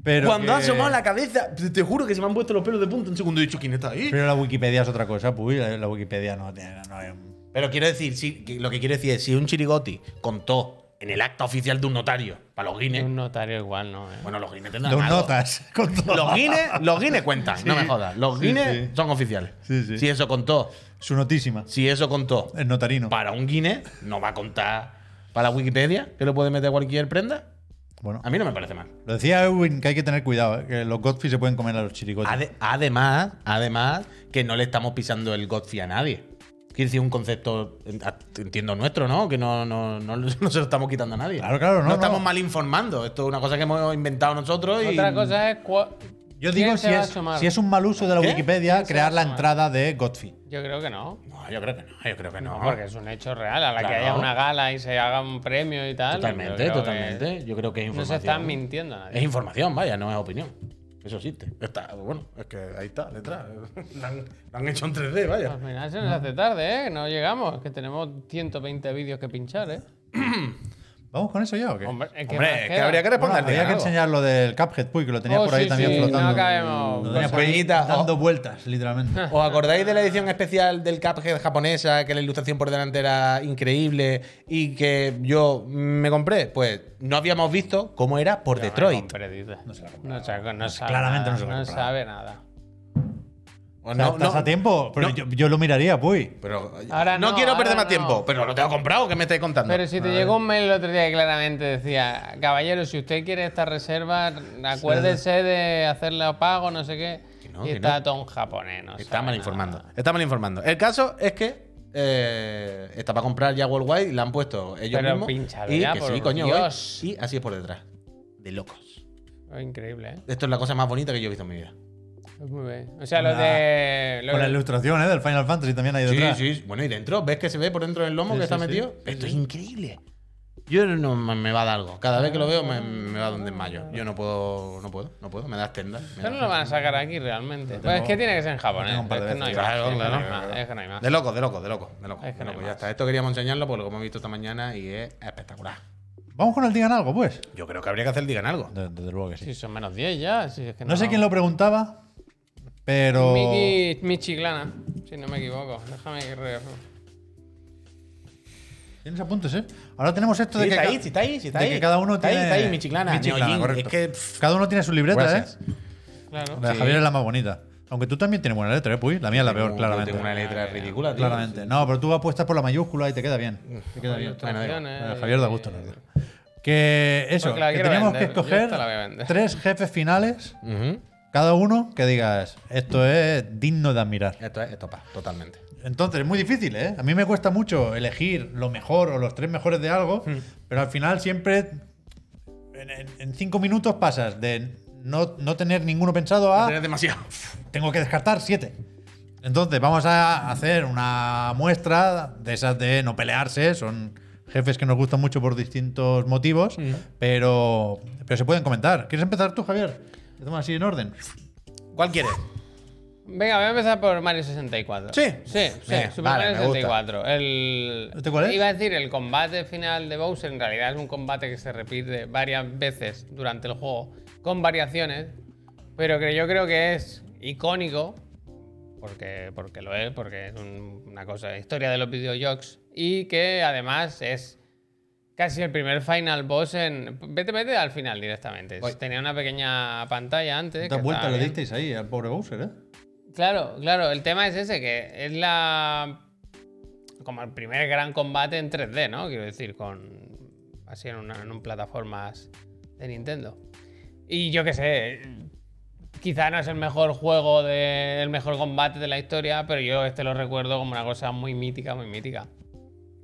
Pero
Cuando ha
que-
asomado la cabeza, te te juro que se me han puesto los pelos de punta un segundo he dicho quién está ahí.
Pero la Wikipedia es otra cosa, pues la, la Wikipedia no tiene. No hay un-
Pero quiero decir, sí, que lo que quiero decir es, si un Chirigoti contó en el acta oficial de un notario, para los Guinness,
Un notario igual, ¿no? eh.
bueno, los Guinness
de
tendrán
un
algo.
notas. Con todo.
Los Guinness, los Guinness cuentan, no me jodas. Los
Sí,
Guinness
sí.
son oficiales.
Sí, sí.
Si eso contó,
Su notísima.
si eso contó
El notarino.
para un Guinness, no va a contar para Wikipedia, que lo puede meter cualquier prenda.
Bueno.
A mí no me parece mal.
Lo decía Edwin que hay que tener cuidado, eh, que los Godfrey se pueden comer a los
Pues
chiricotes.
Ade- además, además, que no le estamos pisando el Godfrey a nadie. Quiero decir, un concepto, entiendo, nuestro, ¿no? Que no, no, no, no se lo estamos quitando a nadie.
Claro, claro, no,
No,
no.
estamos mal informando. Esto es una cosa que hemos inventado nosotros. y-
Otra cosa es. cua-
Yo
quién
digo
se
si
va a
es,
asomar.
si es un mal uso de la
¿Qué?
Wikipedia
¿Quién se va a
crear la
asomar?
entrada de Godfrey.
Yo creo que no.
No, yo creo que no. Yo creo que no.
Porque es un hecho real. A la que
Claro.
haya una gala y se haga un premio y tal. yo
Totalmente,
creo que
totalmente. Yo creo que es
No
información.
se están mintiendo a nadie.
Es información, vaya, no es opinión. Eso existe. Está, bueno, es que ahí está, detrás. Lo han, lo han hecho en 3D, vaya.
Al final se nos hace tarde, ¿eh? No llegamos. Que tenemos 120 vídeos que pinchar, ¿eh?
¿Vamos con eso ya o qué?
Hombre, es que, más
Hombre, es que
queda.
habría que
Bueno,
responder.
había que enseñar lo del Cuphead, puy, que lo tenía
Oh,
por ahí
sí,
también
sí,
flotando.
no caemos.
Lo tenía por ahí
Peñita,
dando vueltas, literalmente.
¿Os acordáis de la edición especial del Cuphead japonesa, que la ilustración por delante era increíble y que yo me compré? Pues no habíamos visto cómo era por
No me
Detroit.
compré, dice. No se
la
sabe- no sabe
Claramente no se la
nada, No
compraba.
sabe nada.
O
O
no-
sea, estás
no-
a tiempo, pero
no.
yo, yo lo miraría, puy.
Pero
Ahora
no,
no,
quiero
ahora
perder más
no.
tiempo, pero lo tengo comprado, ¿qué me estáis contando?
Pero si te llegó un mail el otro día que claramente decía, caballero, si usted quiere esta reserva, acuérdese de hacerle pago, no sé qué.
Que no,
y
que
está
no.
todo en japonés, no
Está
sabe
mal
nada.
informando. Está mal informando. El caso es que eh, está para comprar ya worldwide y la han puesto ellos
Pero
mismos.
pínchalo
y
ya,
que
por
sí, coño,
Dios.
voy. Y así es por detrás. De locos.
Es increíble, ¿eh?
Esto es la cosa más bonita que yo he visto en mi vida.
Es muy bien. O sea,
Con
lo
la-
de. Lo
Con la
de-
ilustración ¿eh? del Final Fantasy también ahí detrás.
Sí, sí. Bueno, y dentro, ¿ves que se ve por dentro del lomo
Sí,
que
sí,
está
sí.
metido?
Sí,
Esto es increíble. Yo no me me va a dar algo. Cada vez que lo veo me, me va a dar un desmayo. Yo no puedo, no puedo, no puedo. Me da estenda.
Pero no lo van a sacar aquí realmente.
tengo-
Pues es que tiene que ser en japonés.
tengo un par de
Es que no hay
veces.
más.
Claro,
es que no
claro,
hay más,
claro.
Es que no hay más.
De loco, de loco, de loco, de loco.
Es que
de
no hay
loco. ya
más.
está. Esto queríamos enseñarlo porque lo hemos visto esta mañana y es espectacular.
Vamos con el Digan Algo, pues.
Yo creo que habría que hacer digan algo.
De- Desde luego que sí.
Sí, son menos 10 ya. sí, es que
no, sé quién lo preguntaba, pero.
Miki Michiglana, si no me equivoco. Déjame que re-
Tienes apuntes, ¿eh? Ahora tenemos esto
Sí,
de que.
está
ca-
ahí, sí, está ahí, sí, está
de
ahí.
que cada uno
Está ahí,
tiene.
está ahí, mi chiclana, Neojin,
correcto.
es que, pff,
cada uno tiene su libreta,
gracias.
¿eh?
Claro.
La de Javier es la más bonita. Aunque tú también tienes buena letra, ¿eh? Puy? La mía es la peor,
Tengo-
claramente.
Tengo una letra ridícula, tío.
Claramente. No, pero tú apuestas por la mayúscula y te queda bien. Te queda bien.
Bueno, eh, da igual.
Ilustraciones
Bueno, Javier da
y-
gusto, la verdad. Que eso,
Porque la
que
quiero
teníamos que
vender. Yo
escoger
esta la voy a vender.
tres jefes finales,
Ujú.
cada uno que digas, esto es digno de admirar.
Esto es estopa, totalmente.
Entonces, es muy difícil, ¿eh? A mí me cuesta mucho elegir lo mejor o los tres mejores de algo, pero al final siempre en, en- en cinco minutos pasas de no, no tener ninguno pensado a
Tienes demasiado.
tengo que descartar siete. Entonces, vamos a hacer una muestra de esas de no pelearse. Son jefes que nos gustan mucho por distintos motivos, pero, pero se pueden comentar. ¿Quieres empezar tú, Javier? Hacemos así en orden.
¿Cuál quieres?
Venga, voy a empezar por Mario 64.
Sí.
Sí, sí,
Bien,
Super
vale, me
Mario
gusta.
64. El...
¿Este cuál es?
Iba a decir, el combate final de Bowser en realidad es un combate que se repite varias veces durante el juego, con variaciones. Pero que yo creo que es icónico, porque, porque lo es, porque es un- una cosa, historia de los videojuegos, y que además es casi el primer final boss en... Vete, vete al final directamente.
Voy.
Tenía una pequeña pantalla antes.
Esta
que
vuelta
estaba
le
bien.
disteis ahí al pobre Bowser, ¿eh?
Claro, claro, el tema es ese, que es la. como el primer gran combate en 3D, ¿no? Quiero decir, con. así en, una- en un plataformas de Nintendo. Y yo qué sé. Quizá no es el mejor juego, de, el mejor combate de la historia, pero yo este lo recuerdo como una cosa muy mítica, muy mítica.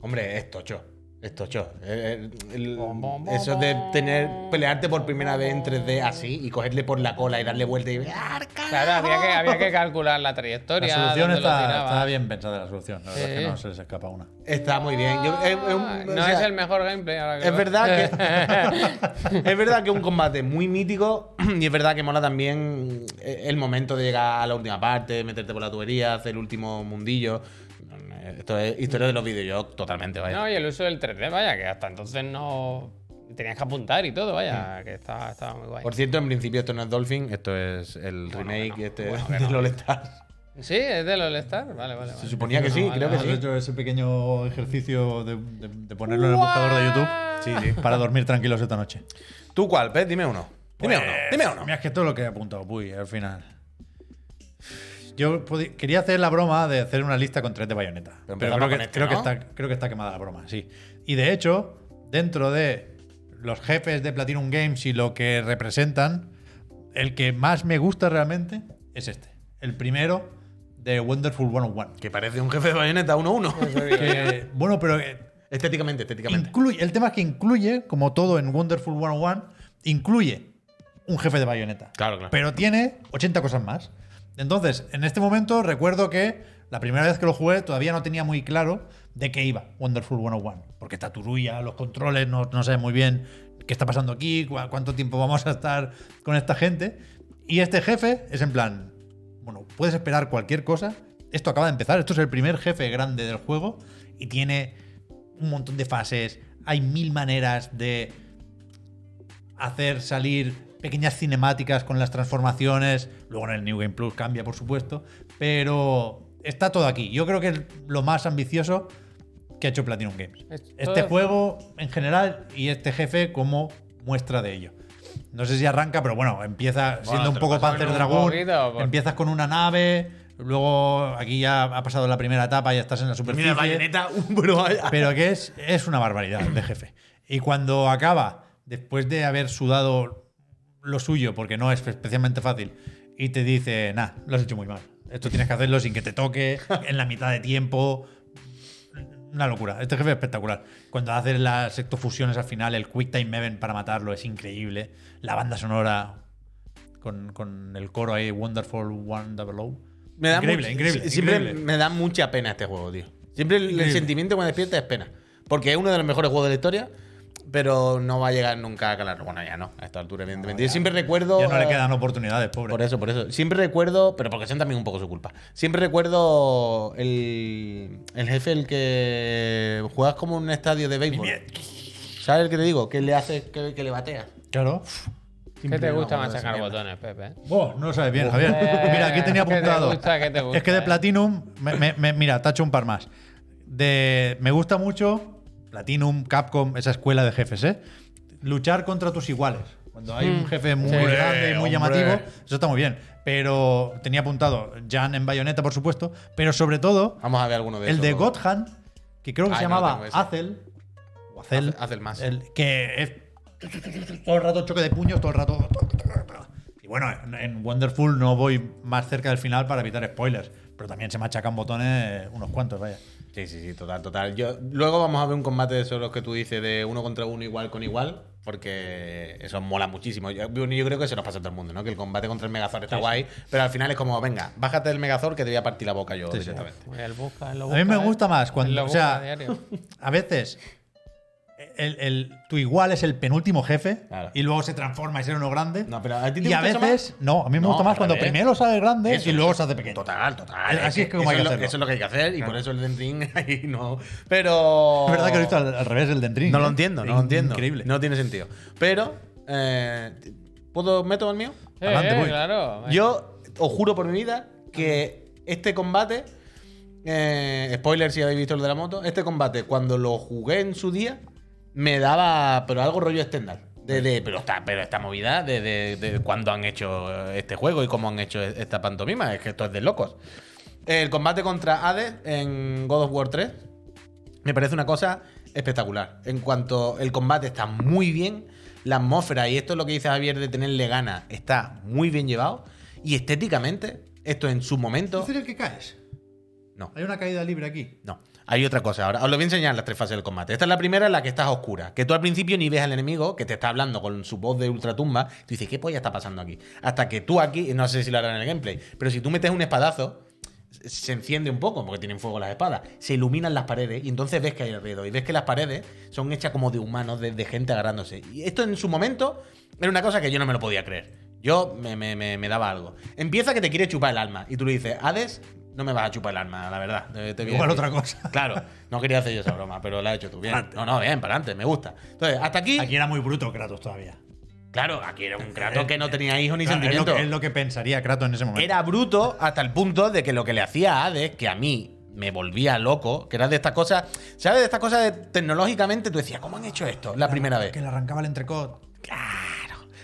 Hombre, es tocho. Es tocho. Eh, eh, el-
Bom, bom, bom,
eso de
bom.
tener, pelearte por primera vez en 3D así y cogerle por la cola y darle vuelta y. ¡Arca!
Claro, había que, había que calcular la trayectoria.
La solución
dónde lo
está,
tiraba.
está bien pensada, la solución. La verdad es
Sí.
que no se les escapa una.
Está muy bien. Yo- es- es un-
Ah,
o
no
sea,
es el mejor gameplay. ahora que
Es
lo-
verdad que es verdad que es un combate muy mítico y es verdad que mola también eh, el momento de llegar a la última parte, meterte por la tubería, hacer el último mundillo. Esto es historia de los videojuegos totalmente, vaya.
No, y el uso del 3D, vaya, que hasta entonces no. Tenías que apuntar y todo,
Mm.
vaya, que estaba, estaba muy guay.
Por cierto, en principio esto no es Dolphin, esto es el
Bueno,
remake
que no.
este
Bueno, que
de
no.
Lolly Stars.
Sí, es del All-Star, vale, vale.
Se suponía que sí, creo que
¿Has
sí.
hecho ese pequeño ejercicio de, de- de ponerlo en el buscador de YouTube?
Sí,
Para dormir tranquilos esta noche.
¿Tú cuál, Pez? Dime uno. Dime uno, dime uno.
Pues, Mira, es que todo lo que he apuntado, uy, al final. Yo podí- quería hacer la broma de hacer una lista con tres de bayoneta. Pero,
empezamos
creo, que,
con este,
creo, que
¿no?
está, creo que está quemada la broma, sí. Y de hecho, dentro de los jefes de Platinum Games y lo que representan, el que más me gusta realmente es este. El primero de Wonderful 101.
Que parece un jefe de bayoneta 1-1.
Que, bueno, pero eh,
estéticamente, estéticamente.
Incluye, el tema es que incluye, como todo en Wonderful 101, incluye un jefe de bayoneta.
Claro, claro.
Pero tiene 80 cosas más. Entonces, en este momento recuerdo que la primera vez que lo jugué todavía no tenía muy claro de qué iba Wonderful 101. Porque está Turulla, los controles, no, no sabes muy bien qué está pasando aquí, cua- cuánto tiempo vamos a estar con esta gente. Y este jefe es en plan, bueno, puedes esperar cualquier cosa. Esto acaba de empezar, esto es el primer jefe grande del juego y tiene un montón de fases, hay mil maneras de hacer salir pequeñas cinemáticas con las transformaciones. Luego en el New Game Plus cambia, por supuesto. Pero está todo aquí. Yo creo que es lo más ambicioso que ha hecho Platinum Games.
Es
Este
todo-
juego en general y este jefe como muestra de ello. No sé si arranca, pero bueno, empieza siendo un
te lo
poco
pasas
Panzer
en un
Dragoon.
poquito, por-
Empiezas con una nave, luego aquí ya ha pasado la primera etapa, ya estás en la superficie
Mira, bayoneta, un bro.
pero que es, es una barbaridad de jefe. Y cuando acaba, después de haber sudado lo suyo, porque no es especialmente fácil, y te dice, nah, lo has hecho muy mal. Esto tienes que hacerlo sin que te toque, en la mitad de tiempo. Una locura. Este jefe es espectacular. Cuando haces las sectofusiones al final, el Quick Time Event para matarlo es increíble. La banda sonora con, con el coro ahí, Wonderful One Double O.
Me da
increíble,
much-
increíble,
Siempre
increíble.
me da mucha pena este juego, tío. Siempre el, el
Increíble.
sentimiento cuando despierta es pena. Porque es uno de los mejores juegos de la historia, pero no va a llegar nunca a calar. Bueno, ya no, a esta altura, evidentemente. Yo siempre recuerdo.
Ya no le
eh,
quedan oportunidades, pobre.
Por eso, por eso. Siempre recuerdo, pero porque son también un poco su culpa. Siempre recuerdo el, el jefe, el que juegas como en un estadio de béisbol. ¿Sabes el que te digo? Que le hace, que, que le batea.
Claro.
¿Qué te gusta
no,
más
no,
sacar
no.
botones, Pepe?
Vos, no lo sabes bien, Javier.
Eh,
mira, aquí tenía
¿qué te
apuntado.
gusta, qué te gusta,
es que de
eh?
Platinum, me- me- me- mira, tacho un par más. De, me gusta mucho Platinum, Capcom, esa escuela de jefes, ¿eh? Luchar contra tus iguales. Cuando hay un jefe muy
Mm. Sí.
grande y muy
Hombre,
llamativo,
hombre.
eso está muy bien. Pero tenía apuntado Jan en Bayonetta, por supuesto, pero sobre
Ah,
todo
Vamos a ver alguno de
el
esos.
de God Hand, que creo que
Ay,
se
no lo
llamaba
tengo ese.
Azel. O Azel.
Azel- Azel más.
el- que es todo el rato choque de puños, todo el rato. Y bueno, en, en Wonderful no voy más cerca del final para evitar spoilers. Pero también se machacan botones unos cuantos, vaya.
Sí, sí, sí, total, total. Yo, luego vamos a ver un combate de esos los que tú dices de uno contra uno igual con igual, porque eso mola muchísimo. Yo, yo creo que se nos pasa a todo el mundo, ¿no? Que el combate contra el Megazord está guay, pero al final es como, venga, bájate del Megazord que te voy a partir la boca yo
Sí, sí.
directamente.
Él Pues busca, él lo
A mí
busca,
me
¿eh?
gusta más cuando-
Él lo
o
busca
sea,
a diario.
A veces el, el- tu igual es el penúltimo jefe
Claro.
y luego se transforma y ser uno grande.
No, pero ¿a ti te
y a
gusta eso
veces, no, a mí me
No,
gusta más
al
cuando
revés.
primero sale grande
Eso,
y luego
eso.
se hace pequeño.
Total, total.
Así es como hay
eso
que
lo-
hacerlo.
Eso es lo que hay que hacer y por eso el Dendrin ahí no. Pero.
Es verdad que lo he visto al, al revés el Dendrin.
No
¿eh?
lo entiendo, no lo entiendo.
Increíble.
No tiene sentido. Pero, eh, ¿puedo meto el mío?
Adelante,
eh,
voy.
claro. Venga.
Yo os juro por mi vida que este combate. eh, spoiler si habéis visto el de la moto. Este combate, cuando lo jugué en su día, me daba. Pero algo rollo estándar. De, de- pero, esta, pero esta movida, de, de, de cuándo han hecho este juego y cómo han hecho esta pantomima. Es que esto es de locos. El combate contra Hades en God of War 3 me parece una cosa espectacular. En cuanto el combate está muy bien, la atmósfera, y esto es lo que dice Javier de tenerle ganas, está muy bien llevado. Y estéticamente, esto en su momento.
¿Es el que caes?
No.
Hay una caída libre aquí.
No, hay otra cosa. Ahora os lo voy a enseñar las tres fases del combate. Esta es la primera en la que estás a oscura. Que tú al principio ni ves al enemigo, que te está hablando con su voz de ultratumba. Tú dices, ¿qué polla está pasando aquí? Hasta que tú aquí, no sé si lo harán en el gameplay, pero si tú metes un espadazo, se enciende un poco, porque tienen fuego las espadas. Se iluminan las paredes y entonces ves que hay alrededor. Y ves que las paredes son hechas como de humanos, de, de gente agarrándose. Y esto en su momento era una cosa que yo no me lo podía creer. Yo me, me- me- me daba algo. Empieza que te quiere chupar el alma. Y tú le dices, Hades, no me vas a chupar el alma, la verdad. Te- te voy a
Igual
decir".
otra cosa.
Claro, no quería hacer yo esa broma, pero la has hecho tú bien. No, no, bien, para adelante, me gusta. Entonces, hasta aquí.
Aquí era muy bruto Kratos todavía.
Claro, aquí era un Kratos que no tenía hijos ni
Claro, es, lo
sentimientos.
que, es lo que pensaría Kratos en ese momento.
Era bruto hasta el punto de que lo que le hacía a Hades, que a mí me volvía loco, que era de estas cosas, ¿sabes? De estas cosas de- tecnológicamente, tú decías, ¿cómo han hecho esto la primera vez?
Que le arrancaba el entrecot.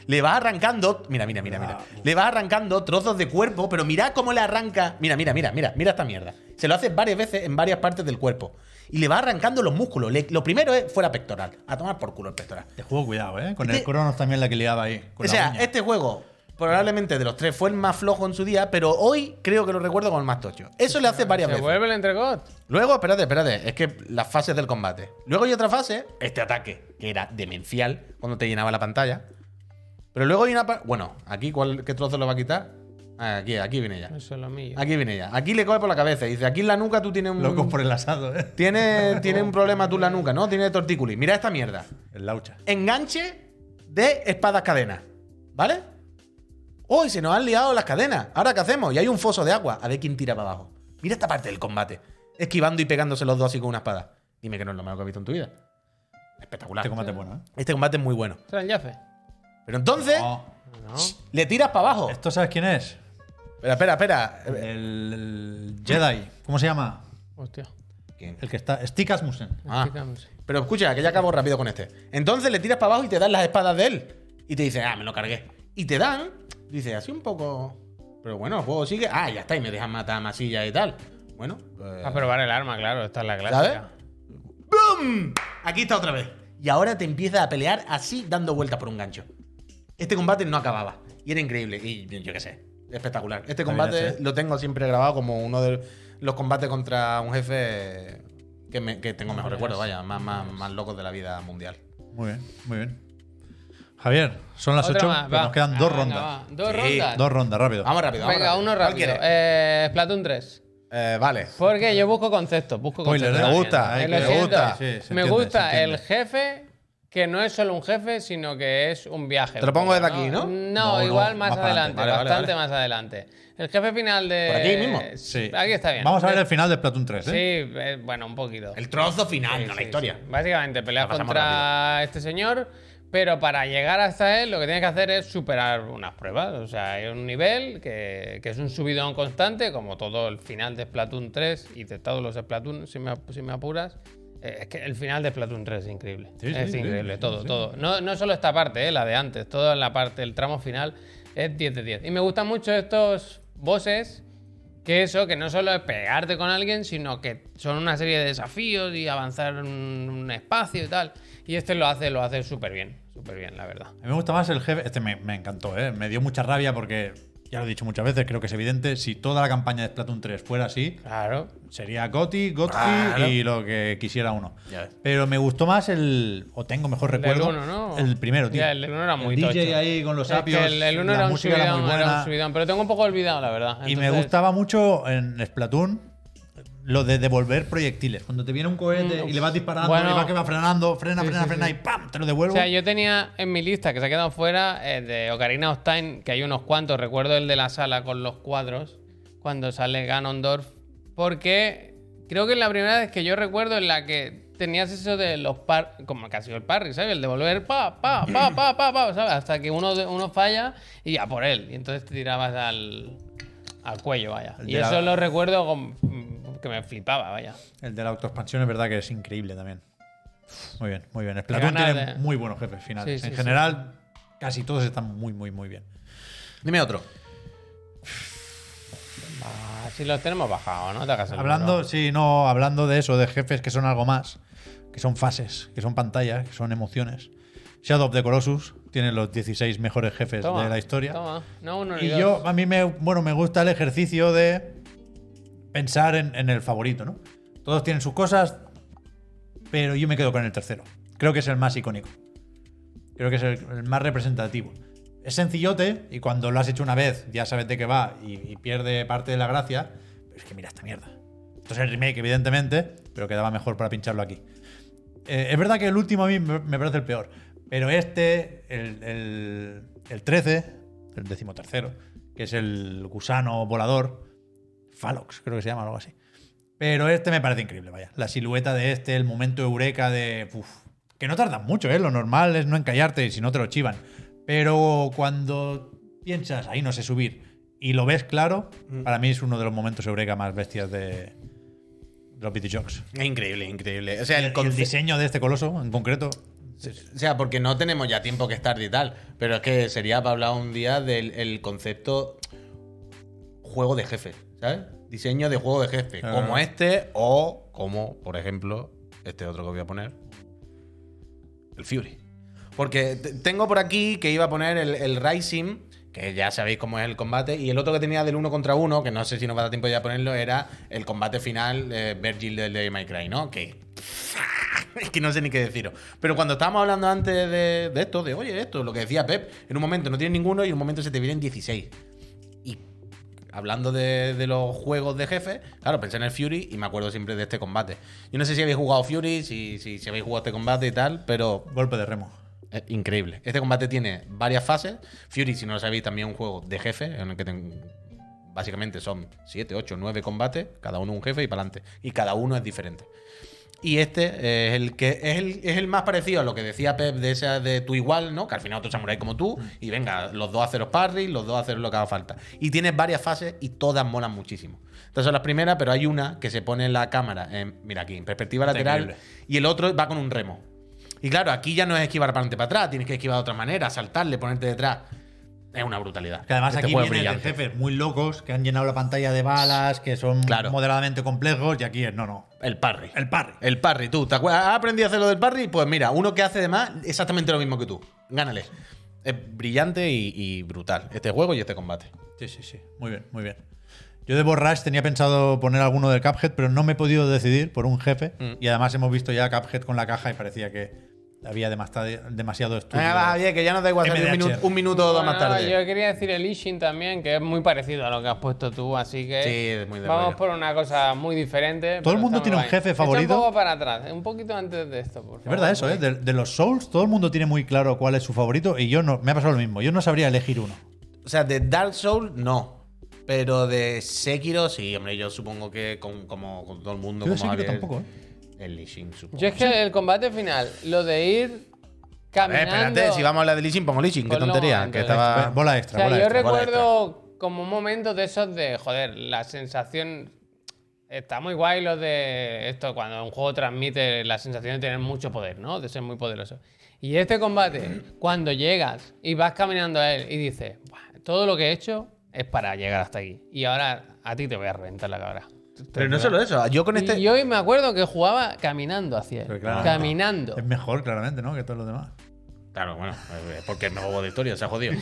Le vas arrancando, mira, mira, mira, mira. Le vas arrancando trozos de cuerpo, pero mirad cómo le arranca. Mira, mira, mira, mira, mira esta mierda. Se lo hace varias veces en varias partes del cuerpo. Y le va arrancando los músculos. Le- lo primero es fuera pectoral. A tomar por culo el pectoral.
Te juego cuidado, ¿eh? Con
Este-
el Cronos también la que liaba ahí. Con
o
la
sea,
uña.
este juego, probablemente de los tres, fue el más flojo en su día, pero hoy creo que lo recuerdo con el más tocho. Eso le hace varias
Se
veces.
vuelve el entrecot.
Luego, espérate, espérate, es que las fases del combate. Luego hay otra fase, este ataque, que era demencial cuando te llenaba la pantalla. Pero luego hay una. pa- Bueno, aquí, ¿cuál, ¿qué trozo lo va a quitar? Ah, Aquí, aquí viene ella.
Eso es lo mío.
Aquí viene ella. Aquí le coge por la cabeza y dice: aquí en la nuca tú tienes un.
Locos por el asado, ¿eh?
Tiene, tiene un problema tú en la nuca, ¿no? Tiene tortícolis. Mira esta mierda
El laucha.
enganche de espadas cadenas. ¿Vale? Hoy se nos han liado las cadenas. ¿Ahora qué hacemos? Y hay un foso de agua. A ver quién tira para abajo. Mira esta parte del combate. Esquivando y pegándose los dos así con una espada. Dime que no es lo mejor que has visto en tu vida. Espectacular.
Este combate es bueno, ¿eh?
Este combate es muy bueno.
¿Será el Jaffe?
Pero entonces
No.
No.
le tiras para abajo.
¿eh? Oh, ¿Esto sabes quién es?
Espera, espera, espera.
El, el Jedi. ¿Cómo se llama?
Hostia.
¿Quién?
El que está. Stick Asmussen.
Ah.
Explicamos.
Eh.
Pero escucha, que ya acabo rápido con este. Entonces le tiras para abajo y te dan las espadas de él. Y te dice, ah, me lo cargué. Y te dan, dice, así un poco. Pero bueno, el juego sigue. Ah, ya está, y me dejan matar a Masilla y tal. Bueno, eh,
A probar el arma, claro. Esta es la
¿sabes?
clásica.
¡Bum! Aquí está otra vez. Y ahora te empiezas a pelear así, dando vueltas por un gancho. Este combate no acababa. Y era increíble. Y yo qué sé, espectacular. Este
También
combate
hace-
lo tengo siempre grabado como uno de los combates contra un jefe que, me- que tengo mejor recuerdo, vaya, más, más, más locos de la vida mundial.
Muy bien, muy bien. Javier, son las
Otra
8,
más,
pero
va.
nos quedan dos
Ah,
rondas.
venga, va. Dos
Sí,
rondas.
Dos rondas, rápido.
Vamos rápido, vamos
Venga,
rápido.
uno
¿Cuál
rápido.
quieres?
Eh, Splatoon 3.
Eh, vale.
Porque yo busco conceptos, busco
Spoiler,
conceptos.
¿eh? Me
también.
gusta,
Eh,
hay
lo
que-
siento.
me gusta. Sí, se
me
entiende, se
gusta el
entiende.
jefe que no es solo un jefe, sino que es un viaje.
Te lo pongo desde aquí, ¿no?
No,
No,
igual
no,
más,
más para adelante.
adelante,
Vale, vale,
bastante
vale.
más adelante. El jefe final de...
¿Por aquí mismo?
Sí.
Aquí está bien.
Vamos a ver
De-
el final de Splatoon 3,
Sí,
¿eh?
eh, bueno, un poquito.
El trozo final, no la
Sí,
historia.
sí. Básicamente, peleas
La pasamos
contra este señor, pero para llegar hasta él lo que tienes que hacer es superar unas pruebas. O sea, hay un nivel que, que es un subidón constante, como todo el final de Splatoon 3 y de todos los Splatoon, si me, ap- si me apuras. Eh, Es que el final de Splatoon 3 es increíble.
Sí, sí,
es
sí,
increíble,
sí,
todo,
sí.
todo. No, no solo esta parte, eh, la de antes, toda la parte, el tramo final es 10 de 10. Y me gustan mucho estos bosses que eso, que no solo es pegarte con alguien, sino que son una serie de desafíos y avanzar un, un espacio y tal. Y este lo hace, lo hace súper bien, súper bien, la verdad.
A mí me gusta más el jefe. Este me, me encantó, ¿eh? Me dio mucha rabia porque, ya lo he dicho muchas veces, creo que es evidente, si toda la campaña de Splatoon 3 fuera así,
Claro.
sería Gotti, Gotti
Claro.
y lo que quisiera uno.
Ya ves.
Pero me gustó más el. O tengo mejor recuerdo.
uno, ¿no?
El primero, tío.
Ya, el del uno era muy
El DJ
tocho.
ahí con los
Es que
sapios.
el, el uno
la
era un,
música
subidón,
era muy buena.
era un subidón, pero tengo un poco olvidado, la verdad.
Y me
Entonces,
gustaba mucho en Splatoon lo de devolver proyectiles. Cuando te viene un cohete
Mm,
y le vas disparando
bueno.
y vas que va frenando, frena,
Sí,
frena,
sí,
frena
sí.
y ¡pam! Te lo
O
devuelvo.
sea, yo tenía en mi lista, que se ha quedado fuera, eh, de Ocarina of Time, que hay unos cuantos. Recuerdo el de la sala con los cuadros, cuando sale Ganondorf. Porque creo que es la primera vez que yo recuerdo en la que tenías eso de los par, como que ha sido el parry, ¿sabes? El de volver pa, pa, pa, pa, pa, pa, ¿sabes? Hasta que uno, de- uno falla y a por él. Y entonces te tirabas al, al cuello, vaya.
El
Y
de la-
eso lo recuerdo con- que me flipaba, vaya.
El de la autoexpansión es verdad que es increíble también. Muy bien, muy bien. Splatoon
ganas
tiene
de-
muy buenos jefes finales.
Sí, sí,
en
sí.
general, casi todos están muy, muy, muy bien.
Dime otro.
Ah, sí, los tenemos bajados, ¿no? Te hagas el
Hablando,
duro.
sí, no, hablando de eso, de jefes que son algo más, que son fases, que son pantallas, que son emociones. Shadow of the Colossus tiene los 16 mejores jefes
Toma,
de la historia.
Toma. No, uno ni
Y
dos.
yo, a mí me, bueno, me gusta el ejercicio de pensar en, en el favorito, ¿no? Todos tienen sus cosas, pero yo me quedo con el tercero. Creo que es el más icónico. Creo que es el, el más representativo. Es sencillote y cuando lo has hecho una vez ya sabes de qué va y, y pierde parte de la gracia. Pero es que mira esta mierda. Esto es el remake, evidentemente, pero quedaba mejor para pincharlo aquí. Eh, es verdad que el último a mí me me parece el peor. Pero este, el, el, el 13, el decimotercero, que es el gusano volador, Phalox, creo que se llama, algo así. Pero este me parece increíble, vaya. La silueta de este, el momento eureka de. uf, que no tardan mucho, ¿eh? Lo normal es no encallarte y si no te lo chivan. Pero cuando piensas, ahí no sé subir, y lo ves claro, para mí es uno de los momentos eureka más bestias de de los videojuegos.
Es increíble, increíble. O sea,
El,
el,
el
conce-
diseño de este coloso, en concreto,
O sea, porque no tenemos ya tiempo que estar y tal. Pero es que sería para hablar un día del el concepto juego de jefe, ¿sabes? Diseño de juego de jefe.
Ah.
Como este o como, por ejemplo, este otro que voy a poner. El Fury. Porque te- tengo por aquí que iba a poner el, el Rising, que ya sabéis cómo es el combate, y el otro que tenía del uno contra uno, que no sé si nos va a dar tiempo ya a ponerlo, era el combate final eh, Virgil del de My Cry, ¿no? Que es que no sé ni qué deciros. Pero cuando estábamos hablando antes de, de esto, de oye, esto, lo que decía Pep, en un momento no tienes ninguno y en un momento se te vienen 16. Y hablando de, de los juegos de jefe, claro, pensé en el Fury y me acuerdo siempre de este combate. Yo no sé si habéis jugado Fury, si, si, si habéis jugado este combate y tal, pero
golpe de remo.
es increíble. Este combate tiene varias fases. Fury, si no lo sabéis, también es un juego de jefe, en el que ten- básicamente son 7, 8, 9 combates, cada uno un jefe y para adelante. Y cada uno es diferente. Y este es el que es el, es el más parecido a lo que decía Pep de esa de tu igual, ¿no? Que al final otro samurái como tú, y venga, los dos hacer los parries, los dos hacer lo que haga falta. Y tienes varias fases y todas molan muchísimo. Estas son las primeras, pero hay una que se pone en la cámara, en- mira aquí, en perspectiva
Está
lateral,
increíble.
y el otro va con un remo. Y claro, aquí ya no es esquivar para adelante y para atrás, tienes que esquivar de otra manera, saltarle, ponerte detrás. Es una brutalidad.
Que además
Este
aquí
juego es
viene de
brillante.
jefes muy locos que han llenado la pantalla de balas, que son
Claro.
moderadamente complejos, y aquí es, no, no,
El parry.
el parry.
El parry, tú. ¿Te acuerdas? ¿Has aprendido a hacer lo del parry? Pues mira, uno que hace de más exactamente lo mismo que tú. Gánale. Es brillante y, y brutal este juego y este combate.
Sí, sí, sí, muy bien, muy bien. Yo de Borrash tenía pensado poner alguno del Cuphead, pero no me he podido decidir por un jefe, y además hemos visto ya Cuphead con la caja y parecía que había demasta- demasiado estudio.
Venga, va, Javier, que ya no da igual salir un,
MDHR.
minu- un minuto o dos más
Bueno,
tarde.
Yo quería decir el Ishin también, que es muy parecido a lo que has puesto tú, así que
Sí, es muy de
vamos
rollo.
por una cosa muy diferente. pero
el mundo
está muy
tiene un
guay.
jefe
Echa
favorito.
un poco para atrás, un poquito antes de esto, por
Es
favor.
verdad eso, ¿eh? De, de los Souls todo el mundo tiene muy claro cuál es su favorito y yo no, me ha pasado lo mismo, yo no sabría elegir uno.
O sea, de Dark Souls, no. Pero de Sekiro, sí, hombre, yo supongo que con, como con todo el mundo.
Yo de
como
Sekiro
Javier,
tampoco, ¿eh?
El Lishin, supongo.
Yo es que el combate final, lo de ir
A ver,
caminando.
espérate, Eh, si vamos a hablar de Lishin, pongo Lishin, qué
Ponlo
tontería.
antes
Que
de-
estaba.
pues, Bola
O
extra,
sea,
bola
yo
extra.
bola
recuerdo como un momento de esos de, joder, la sensación. Está muy guay lo de esto, cuando un juego transmite la sensación de tener mucho poder, ¿no? De ser muy poderoso. Y este combate, cuando llegas y vas caminando a él y dices, "Buah, todo lo que he hecho es para llegar hasta aquí. Y ahora a ti te voy a reventar la cabra.
Pero no solo eso, yo con este.
Y hoy me acuerdo que jugaba caminando hacia él.
Pero claro.
caminando.
Es mejor, claramente, ¿no? Que todos los demás.
Claro, bueno, eh, porque no juego de historia, se ha jodido.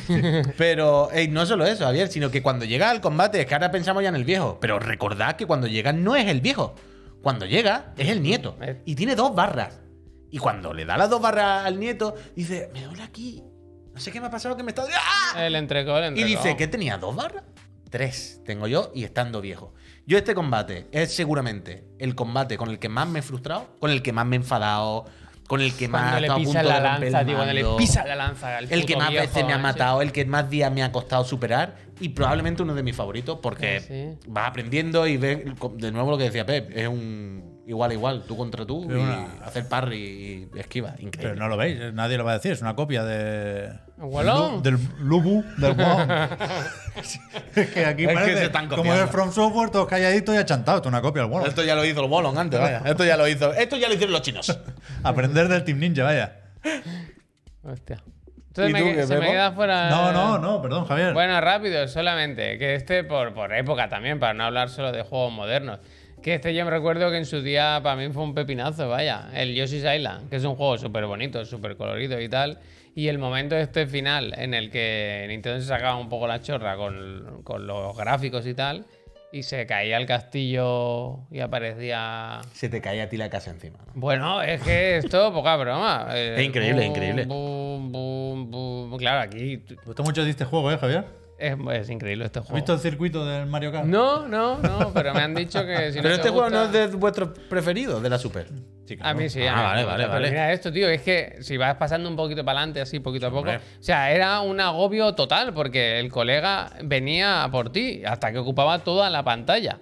Pero ey, no solo eso, Javier, sino que cuando llega al combate, es que ahora pensamos ya en el viejo, pero recordad que cuando llega no es el viejo, cuando llega es el nieto y tiene dos barras. Y cuando le da las dos barras al nieto, dice, me duele aquí, no sé qué me ha pasado que me está... ¡Ah!
El entrecol, el
Y dice
entrecol.
que tenía dos barras. Tres tengo yo y estando viejo. Yo este combate es seguramente el combate con el que más me he frustrado, con el que más me he enfadado, con el que más
Cuando
he
le
estado a
pisa
punto
la
de romper el
lanza, tío, cuando le
mando.
pisa la lanza. al
El que
puto
más
viejo, eh,
veces me ha
ese.
matado, el que más días me ha costado superar y probablemente uno de mis favoritos porque
Ah, Sí.
vas aprendiendo y ves, de nuevo lo que decía Pep, es un igual a igual, tú contra tú,
Pero
y
una-
hacer parry y esquiva,
Pero
increíble.
no lo veis, eh, nadie lo va a decir, es una copia de.
Walón.
Del Lubu, del Wong. es que aquí
Es que
parece.
se están
como
copiando.
es From Software, todos calladitos y achantados, es una copia del Wallon.
Esto ya lo hizo el Bolon antes, vaya. Esto ya lo hizo. Esto ya lo hicieron los chinos.
Aprender del Team Ninja, vaya.
Hostia. Entonces
¿Y
me
tú
que-
qué,
se me
Pepo?
queda fuera.
No, no, no, perdón, Javier.
Bueno, rápido, solamente. Que este, por, por época también, para no hablar solo de juegos modernos. Que este yo me recuerdo que en su día para mí fue un pepinazo, vaya. El Yoshi's Island, que es un juego súper bonito, súper colorido y tal. Y el momento este final en el que Nintendo se sacaba un poco la chorra con, con los gráficos y tal. Y se caía el castillo y aparecía...
Se te cae a ti la casa encima. ¿no?
Bueno, es que esto, poca broma. Eh,
Es increíble, es
boom,
increíble.
boom, boom, boom. Claro, aquí t-
Me gustó mucho de este juego, ¿eh, Javier?
es, es increíble este
¿Has
juego.
visto el circuito del Mario Kart?
No, no, no, pero me han dicho que si no
Pero
te
este juego no
gusta-
es de vuestros preferidos de la Super.
Sí, claro.
A mí sí.
Ah,
a mí
vale,
me gusta,
vale,
pero
vale.
Mira esto, tío, es que si vas pasando un poquito para adelante, así poquito a poco.
Hombre.
O sea, era un agobio total porque el colega venía a por ti hasta que ocupaba toda la pantalla.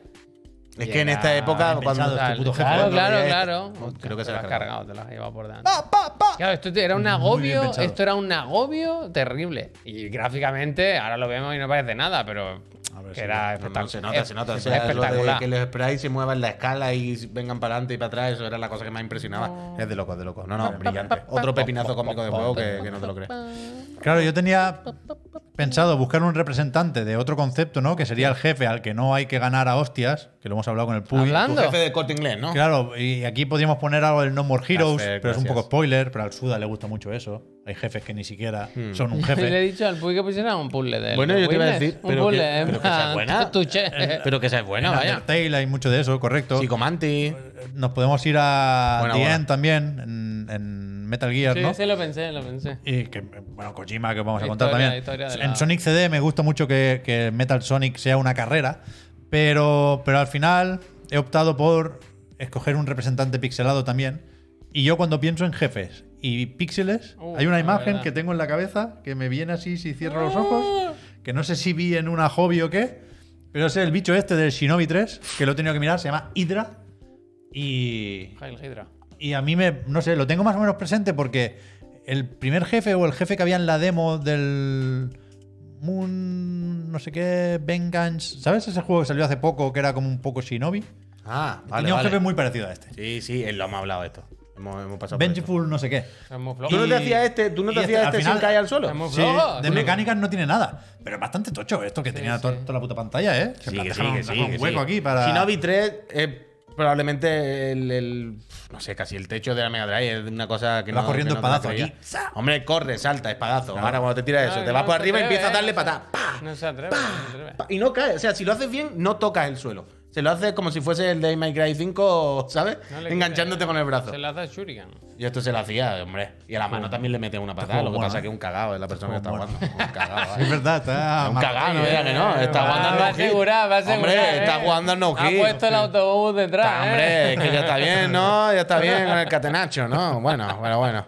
Es que en esta
Era
época, cuando.
impensado este
Total.
puto jefe,
claro,
cuando
claro,
veía
claro.
esto.
Hostia,
Creo que se
te
lo
lo
has
has
cargado.
cargado, te lo has llevado por delante.
¡Pa, pa, pa!
Claro, esto era un
bien
agobio,
pensado.
esto era un agobio terrible. Y gráficamente, ahora lo vemos y no parece nada, pero
A ver, sí,
que era
No,
espectacular.
no, se nota, se nota. O sea, Lo de
espectacular.
que los sprites se muevan la escala y vengan para adelante y para atrás, eso era la cosa que más impresionaba. Es de locos, de locos. No, no, brillante. Otro pepinazo cómico de juego que, que no te lo crees.
Claro, yo tenía pensado buscar un representante de otro concepto, ¿no? Que sería el jefe al que no hay que ganar a hostias, que lo hemos hablado con el Puy.
Tu
Hablando.
jefe de corte inglés, ¿no?
Claro, y aquí podríamos poner algo del No More Heroes,
Gracias,
pero es un
gracias.
poco spoiler, pero al Suda le gusta mucho eso. Hay jefes que ni siquiera
Hmm.
son un
Le he
jefe.
dicho al Puy que pusiera un puzzle de él.
Bueno, yo te iba a decir,
Un
pero que-
puzzle, en
pero que sea
plan,
buena.
tuche.
Pero que esa es buena, vaya.
Undertale hay mucho de eso, correcto.
Psicomanti.
Nos podemos ir a
Buena,
The
buena.
End también, en, en Metal Gear,
Sí,
¿no?
sí, lo pensé, lo pensé.
Y que, bueno, Kojima, que vamos
La
a contar
historia- la
también.
historia de
En
la-
Sonic CD me gusta mucho que, que Metal Sonic sea una carrera, pero, pero al final he optado por escoger un representante pixelado también. Y yo cuando pienso en jefes y píxeles,
Uh,
hay una
la
imagen
verdad. Uh.
que tengo en la cabeza que me viene así si cierro los ojos, que no sé si vi en una hobby o qué, pero es el bicho este del Shinobi 3, que lo he tenido que mirar, se llama Hydra. Y,
Hail Hydra.
y a mí me, no sé, lo tengo más o menos presente porque el primer jefe o el jefe que había en la demo del Moon, no sé qué, Vengeance, ¿sabes ese juego que salió hace poco que era como un poco Shinobi?
Ah, vale.
Tenía un
vale.
jefe muy parecido a este.
Sí, sí, eh, lo hemos hablado de esto. Hemos, hemos pasado por esto.
Vengeful, no sé qué.
Es muy flojo.
¿Tú no
Y-
te hacías este, tú no
y
te
este,
hacías
al
este,
final-
sin caer al suelo?
Es muy
Sí,
Oh,
flojo.
de mecánicas no tiene nada, pero es bastante tocho esto que tenía
sí.
to- toda la puta pantalla, ¿eh? En
Sí,
plan,
que sí,
dejaron-
que sí.
dejaron
que
un hueco
sí.
aquí para.
Shinobi 3 es probablemente el, el- No sé, casi el techo de la Mega Drive. Es una cosa que
Va
no.
corriendo
que no te
espadazo
la creía.
aquí. ¡Sa!
Hombre, corre, salta, espadazo. Ahora cuando te tira eso,
Claro,
te vas
no
por
se
arriba y
atreve,
empiezas a darle
¿eh?
patada.
No se atreve, no se atreve.
Pa, Y no cae. O sea, si lo haces bien, no tocas el suelo. Se lo haces como si fuese el de My Cry 5, ¿sabes?
No le quita,
Enganchándote
eh.
con el brazo.
Se le hace Shuriken.
Y esto se lo hacía, hombre. Y a la mano también le mete una patada.
juego
Lo que
bueno,
pasa
¿eh?
es que es un cagado es la persona que
Este
está
juego
jugando. Un cagado, ¿eh?
Es verdad, está.
Un
mal-
cagado, no diga que no. Está jugando al
va a
no-hit.
asegurar, va a asegurar.
Hombre,
eh.
está jugando al no
Ha puesto el autobús detrás.
Hombre,
eh.
que ya está bien, ¿no? Ya está bien con el catenacho, ¿no? Bueno, bueno, bueno.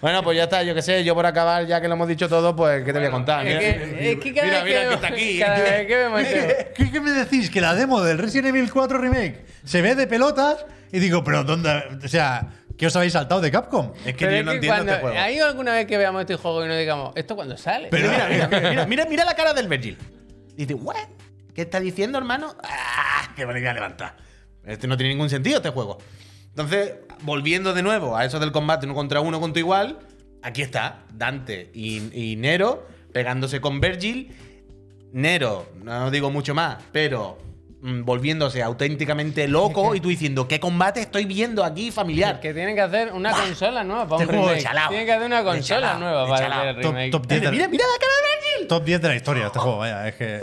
Bueno, pues ya está, yo qué sé, yo por acabar, ya que lo hemos dicho todo, pues, ¿qué te voy a contar? Mira,
Es que, es que cada
mira,
vez
mira,
que,
que está aquí. ¿eh?
Cada vez que vemos este- eso.
¿Qué, qué me decís? Que la demo del Resident Evil 4 Remake se ve de pelotas y digo, pero ¿dónde? O sea, ¿qué os habéis saltado de Capcom? Es que
Pero
yo
es
no
que
entiendo este
cuando-
juego.
¿Hay alguna vez que veamos este juego y no digamos, ¿esto cuando sale?
Pero
Mira, mira, mira, mira, mira la cara del Virgil. Dice, ¿what? ¿Qué está diciendo, hermano? ¡Ah! Que me la voy a levantar. Este no tiene ningún sentido, este juego. Entonces, volviendo de nuevo a eso del combate uno contra uno con tu igual, aquí está Dante y, y Nero pegándose con Virgil. Nero, no digo mucho más, pero mm, volviéndose auténticamente loco y tú diciendo, ¿qué combate estoy viendo aquí, familiar?
que tienen que hacer una consola nueva para
Este
un
juego
remake.
de chalao.
Tienen que hacer una
De
consola
chalao,
nueva
de
para
chalao.
el
Top-
remake.
top de-
Mira, mira, mira la cara de Virgil.
Top 10 de la historia este juego, vaya, es que.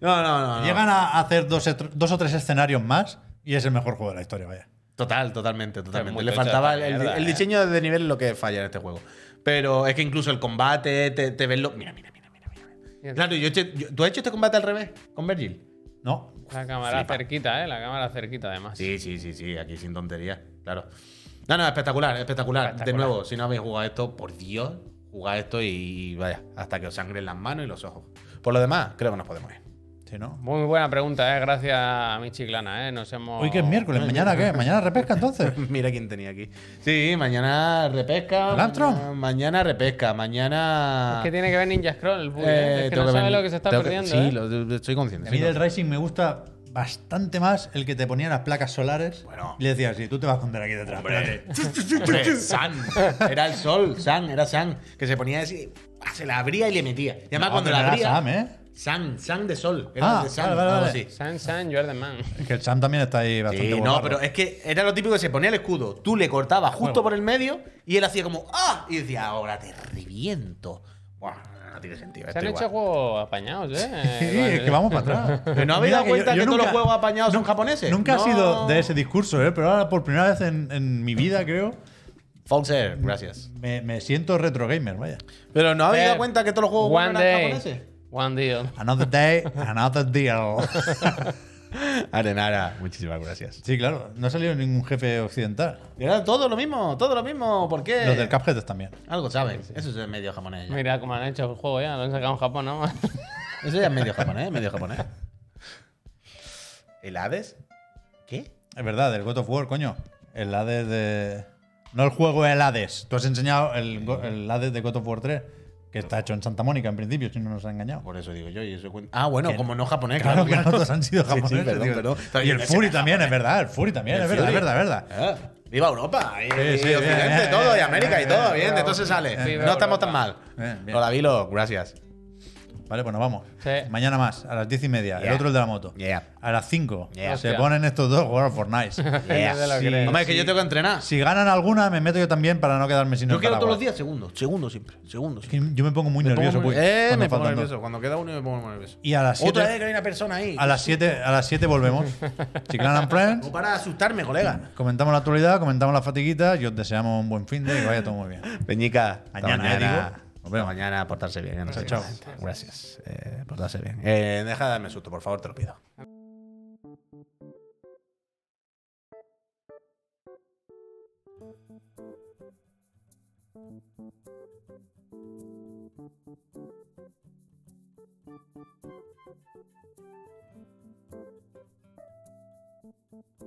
No, no, no. no.
Llegan a hacer dos, etr- dos o tres escenarios más y es el mejor juego de la historia, vaya.
Total, totalmente, totalmente.
muy
Le
tocha
faltaba el,
esta
el-
mierda,
el
eh.
diseño de nivel es lo que falla en este juego. Pero es que incluso el combate, te, te ves lo. Mira, mira, mira, mira. mira. Claro, yo, he hecho- yo- ¿tú has hecho este combate al revés con Virgil?
No.
La cámara cerquita, ¿eh? La cámara cerquita, además.
Sí, sí, sí, sí, aquí sin tonterías, claro. No, no, espectacular, espectacular. De
Espectacular.
nuevo, si no habéis jugado esto, por Dios, jugad esto y vaya, hasta que os sangren las manos y los ojos.
Por lo demás, creo que nos podemos ir.
Sí, ¿no?
Muy buena pregunta, ¿eh? gracias a mi chiclana. ¿eh? Nos hemos...
Hoy que es miércoles, mañana qué? Mañana repesca entonces.
Mira quién tenía aquí.
Sí, mañana repesca.
¿Donald Trump?
Mañana, mañana repesca. Mañana.
Es que tiene que ver Ninja Scroll, el bully, ¿eh?
eh,
Es que
tengo
no
que
sabe
venir.
lo que se está
Tengo
perdiendo.
Sí,
¿eh?
lo, lo- lo estoy consciente.
A mí
sí,
del
lo-
Racing me gusta bastante más el que te ponía las placas solares
Bueno.
y le decía, sí, tú te vas a esconder aquí detrás. espérate".
Hombre, San. Era el sol, San, era San. Que se ponía así. ah, Se la abría y le metía. Y además,
No,
cuando
Ah, pero
la
era
abría.
Sam, ¿eh?
San, San de sol. Era
Ah,
de San.
vale, vale,
algo
vale.
así.
San, San, Jordan Man.
Es que el Sam también está ahí
Sí,
bastante
no,
guapo.
pero es que era lo típico que se ponía el escudo, tú le cortabas justo por el medio y él hacía como ¡ah! Y decía, ahora te reviento. Buah, no tiene sentido. esto
Se han hecho
igual.
juegos apañados, ¿eh?
Sí,
Igual,
es que vamos para atrás.
Pero no habéis
Mira
dado cuenta
yo-
que
yo
todos los
nunca-
juegos apañados son japoneses.
Nunca
No.
ha sido de ese discurso, ¿eh? pero ahora por primera vez en, en mi vida, creo,
Falser, gracias.
me, me siento retro gamer, vaya.
Pero no habéis
Eh,
dado cuenta que todos los juegos
One
buenos eran
day.
japoneses.
One deal.
Another day, another deal.
Arenara, muchísimas gracias.
Sí, claro, no ha salido ningún jefe occidental.
Y ahora todo lo mismo, todo lo mismo. ¿Por qué?
Los del Cuphead también.
Algo saben. Eso es medio japonés. ya.
Mira cómo han hecho el juego ya, lo han sacado en Japón, ¿no?
Eso ya es medio japonés, medio japonés. ¿El Hades? ¿Qué?
Es verdad, del God of War, coño. El Hades de. No el juego, el Hades. Tú has enseñado el, go- el Hades de God of War 3, que está hecho en Santa Mónica en principio, si no nos ha engañado.
Por eso digo yo. Y eso cuen- Ah, bueno,
Que-
como no japonés,
Claro,
claro.
que no todos han sido
sí,
japoneses.
perdón,
tío.
perdón.
Y el Fury también, es verdad, el Fury también,
El
es verdad, es
Fury.
verdad, es verdad.
Ah, viva Europa, y,
Sí, sí,
y
bien,
Occidente,
bien,
todo, y
bien,
América
bien,
y todo,
bien,
bien, de todo se sale.
Viva
no estamos
Europa.
tan mal.
Bien, bien.
Hola, Vilo, gracias.
Vale, pues nos vamos.
Sí.
Mañana más, a las diez y media. El
Yeah.
otro, el de la moto.
Yeah.
A las 5.
Yeah.
Se
Hostia.
ponen estos dos a jugar al Fortnite.
Yeah.
No te lo
Sí.
crees.
Hombre, es que yo tengo que entrenar.
si ganan alguna, me meto yo también para no quedarme sin
Yo
el
quiero todos los
paraguas.
días segundos, segundos siempre, segundos.
Que Yo me pongo muy nervioso. pues,
eh,
cuando
me pongo
faltan dos.
nervioso. Cuando queda uno me pongo nervioso.
Y a las
Otra vez
7
que hay una persona ahí.
a las 7 a las 7 volvemos. Chiclana and Friends.
No para de asustarme, colega.
Comentamos la actualidad, comentamos las fatiguitas y os deseamos un buen fin de y que vaya todo muy bien.
Peñica,
Mañana,
mañana, mañana.
eh, digo. Nos vemos.
Hasta mañana, portarse bien. ya no sé
Chao,
qué. Gracias. Eh, portarse bien. Eh, deja de darme susto, por favor, te lo pido.